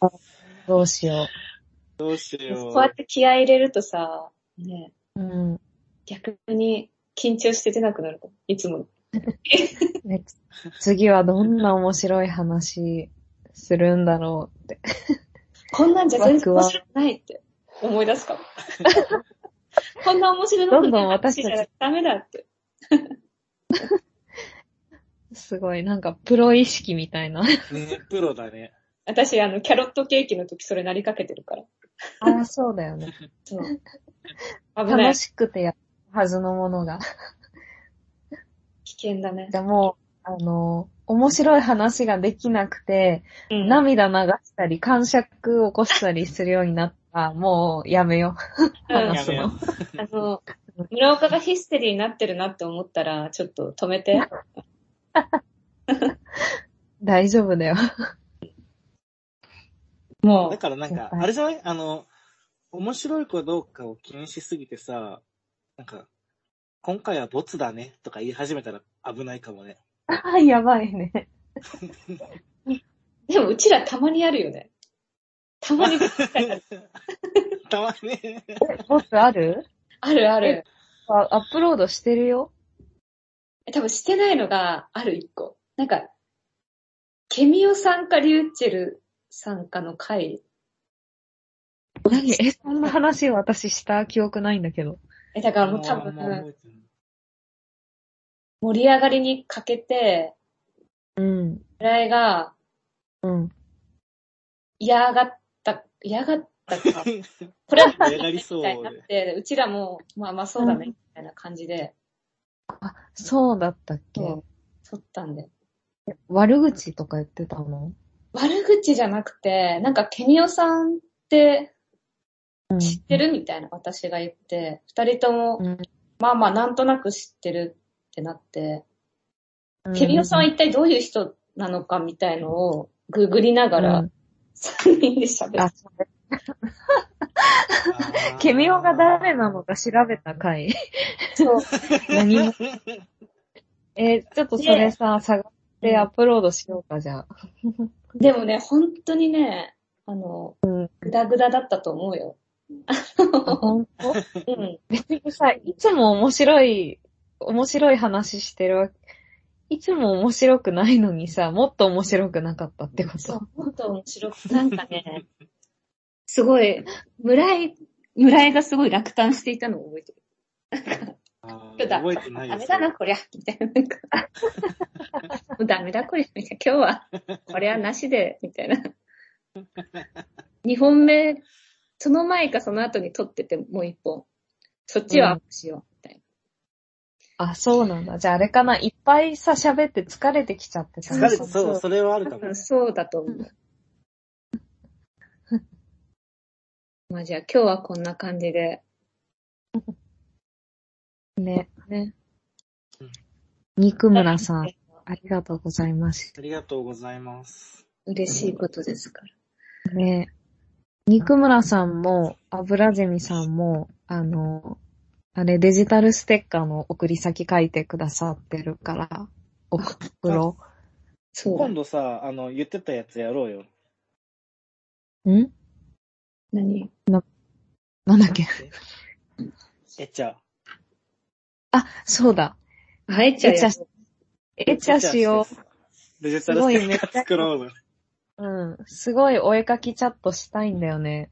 Speaker 3: も。
Speaker 1: どうしよ
Speaker 2: どうしよ
Speaker 3: こうやって気合い入れるとさ、ね、
Speaker 1: う。うん。
Speaker 3: 逆に緊張して出なくなるかも。いつもの。
Speaker 1: ね次はどんな面白い話するんだろうって。
Speaker 3: こんなんじゃ全然
Speaker 1: ワクワ
Speaker 3: 面
Speaker 1: ク
Speaker 3: 白くないって思い 出すかも。こんな面白い
Speaker 1: どんどん私たち
Speaker 3: ダメだって。
Speaker 1: すごい、なんかプロ意識みたいな。
Speaker 2: う。ね、プロだね。
Speaker 3: 私、あの、キャロットケーキの時それなりかけてるから。
Speaker 1: ああ、そうだよね。
Speaker 3: そう。 危ない
Speaker 1: 楽。しくてやるはずのものが。
Speaker 3: 危険だね
Speaker 1: じ。ゃあもう、あの、面白い話ができなくて、
Speaker 3: うん
Speaker 1: 涙流したり、感触を起こしたりするようになったら、もうやめよう。
Speaker 3: うん
Speaker 1: 話す
Speaker 2: や
Speaker 1: の。
Speaker 3: あの、村岡がヒステリーになってるなって思ったら、ちょっと止 めて。
Speaker 1: 大丈夫だよ。
Speaker 3: も
Speaker 2: だ
Speaker 3: う、
Speaker 2: からなん
Speaker 1: やっ
Speaker 2: か、
Speaker 1: ぱり
Speaker 2: あれじゃないあの、面白いかどうかを気にしすぎてさ、なんか、今回はボツだねとか言い始めたら危ないか もね。
Speaker 1: ああ、やばいね。
Speaker 3: でもうちらたまにやるよね。た まに、
Speaker 2: たまにね。
Speaker 1: ボスある
Speaker 3: あるある。
Speaker 1: あアップロードしてるよ。
Speaker 3: 多分してないのがある一個。なんか、ケミオさんかリューチェルさんかの回。
Speaker 1: 何え、そんな話私した記憶ないんだけど。
Speaker 3: え、だからもう多
Speaker 2: あんま覚
Speaker 3: 分、
Speaker 2: えてない
Speaker 3: 盛り上がりにかけて、
Speaker 1: うん。
Speaker 3: 村井が
Speaker 1: うん。
Speaker 3: 嫌がった、嫌がっ たか。 これは
Speaker 2: 嫌がりそう
Speaker 3: みたいになって、うちらも、まあまあそうだね、みたいな感じで、
Speaker 1: あ、そうだったっけ
Speaker 3: そう、撮ったんで。
Speaker 1: 悪口とか言ってたの
Speaker 3: 悪口じゃなくて、なんかケニオさんって
Speaker 1: うん
Speaker 3: 知ってるみたいな私が言って、二人とも、
Speaker 1: うん
Speaker 3: まあまあなんとなく知ってるってなって、ケニオさんは一体どういう人なのかみたいのをググりなが
Speaker 1: う
Speaker 3: ら
Speaker 1: ん、
Speaker 3: 三人で喋っ
Speaker 1: あ
Speaker 3: て、、
Speaker 2: あ ー
Speaker 1: ケミオが誰なのか調べた回。
Speaker 3: そう、
Speaker 1: 何も。 えーちょっとそれさ、探してアップロードしようか、じゃあ。
Speaker 3: でもね、本当にね、あの、グダグダだったと思うよ。
Speaker 1: あ本当
Speaker 3: うん。
Speaker 1: 別にさ、いつも面白い、面白い話してるわけ。いつも面白くないのにさ、もっと面白くなかったってこ
Speaker 3: そ
Speaker 1: と。
Speaker 3: う、もっと面白く、なんかね、すごい、村井、村井がすごい落胆していたのを覚えてる。
Speaker 2: あー
Speaker 3: そうだ
Speaker 2: 覚えてない
Speaker 3: ダ
Speaker 2: よ
Speaker 3: メだな、こりゃ、みたいな。なんかもうダメだ、こりゃ、みたいな。今日は、これはなしで、みたいな。2本目、その前かその後に撮ってて、もう1本。そっちはアップしよう、みたい
Speaker 1: あ、そうなんだ。じゃああれかな、いっぱいさ、喋って疲れてきちゃってた
Speaker 2: そ
Speaker 1: の
Speaker 2: れ。疲れ
Speaker 1: か
Speaker 2: て、
Speaker 1: な
Speaker 2: そう、それはあるか
Speaker 3: な。
Speaker 2: も
Speaker 3: うん、。そうだと思う。まあじゃあ今日はこんな感じで。
Speaker 1: ね。ね
Speaker 2: うん。
Speaker 1: 肉村さん、ありがとうございまし
Speaker 2: ありがとうございます。
Speaker 3: 嬉しいことですから。
Speaker 1: たね。肉村さんも、油ゼミさんも、あの、あれ、デジタルステッカーの送り先書いてくださってるから、送ろ
Speaker 3: そう
Speaker 2: 今。度さ、あの、言ってたやつやろうよ。
Speaker 1: う。ん
Speaker 3: 何
Speaker 1: なんだっけ
Speaker 2: えちゃ。
Speaker 1: あ、そうだ。
Speaker 3: あえちゃうやつ。
Speaker 1: エチャしよ
Speaker 2: デジタルステッカ
Speaker 1: すごいめ
Speaker 2: ー 作ろうの。
Speaker 1: う。うん。すごいお絵かきチャットしたいんだよね。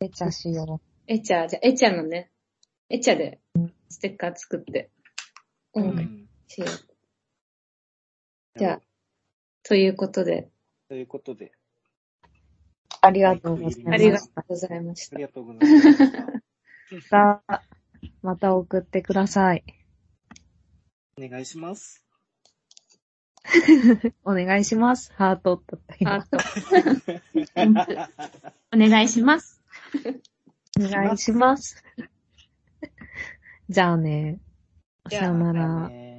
Speaker 1: エチャしよ
Speaker 3: えちゃ、じゃあ、えちゃのね、えちゃで、ステッカー作って、
Speaker 2: う
Speaker 3: 音楽
Speaker 2: ん
Speaker 3: しよう。じゃあ、ということで、
Speaker 2: ということで、
Speaker 1: う。ありがとうございました。
Speaker 3: ありがとうございまし
Speaker 2: あ
Speaker 3: た
Speaker 2: り。がとうございま し
Speaker 1: ま
Speaker 2: た。
Speaker 1: た、また送ってください。
Speaker 2: お願いし ます。
Speaker 1: お願いします。ハートだった
Speaker 3: あ
Speaker 1: 今。
Speaker 3: と、
Speaker 4: お 願いします。
Speaker 1: お願いします。じゃあね。
Speaker 3: じ
Speaker 1: さ
Speaker 3: ゃあ
Speaker 1: よなら。
Speaker 2: ね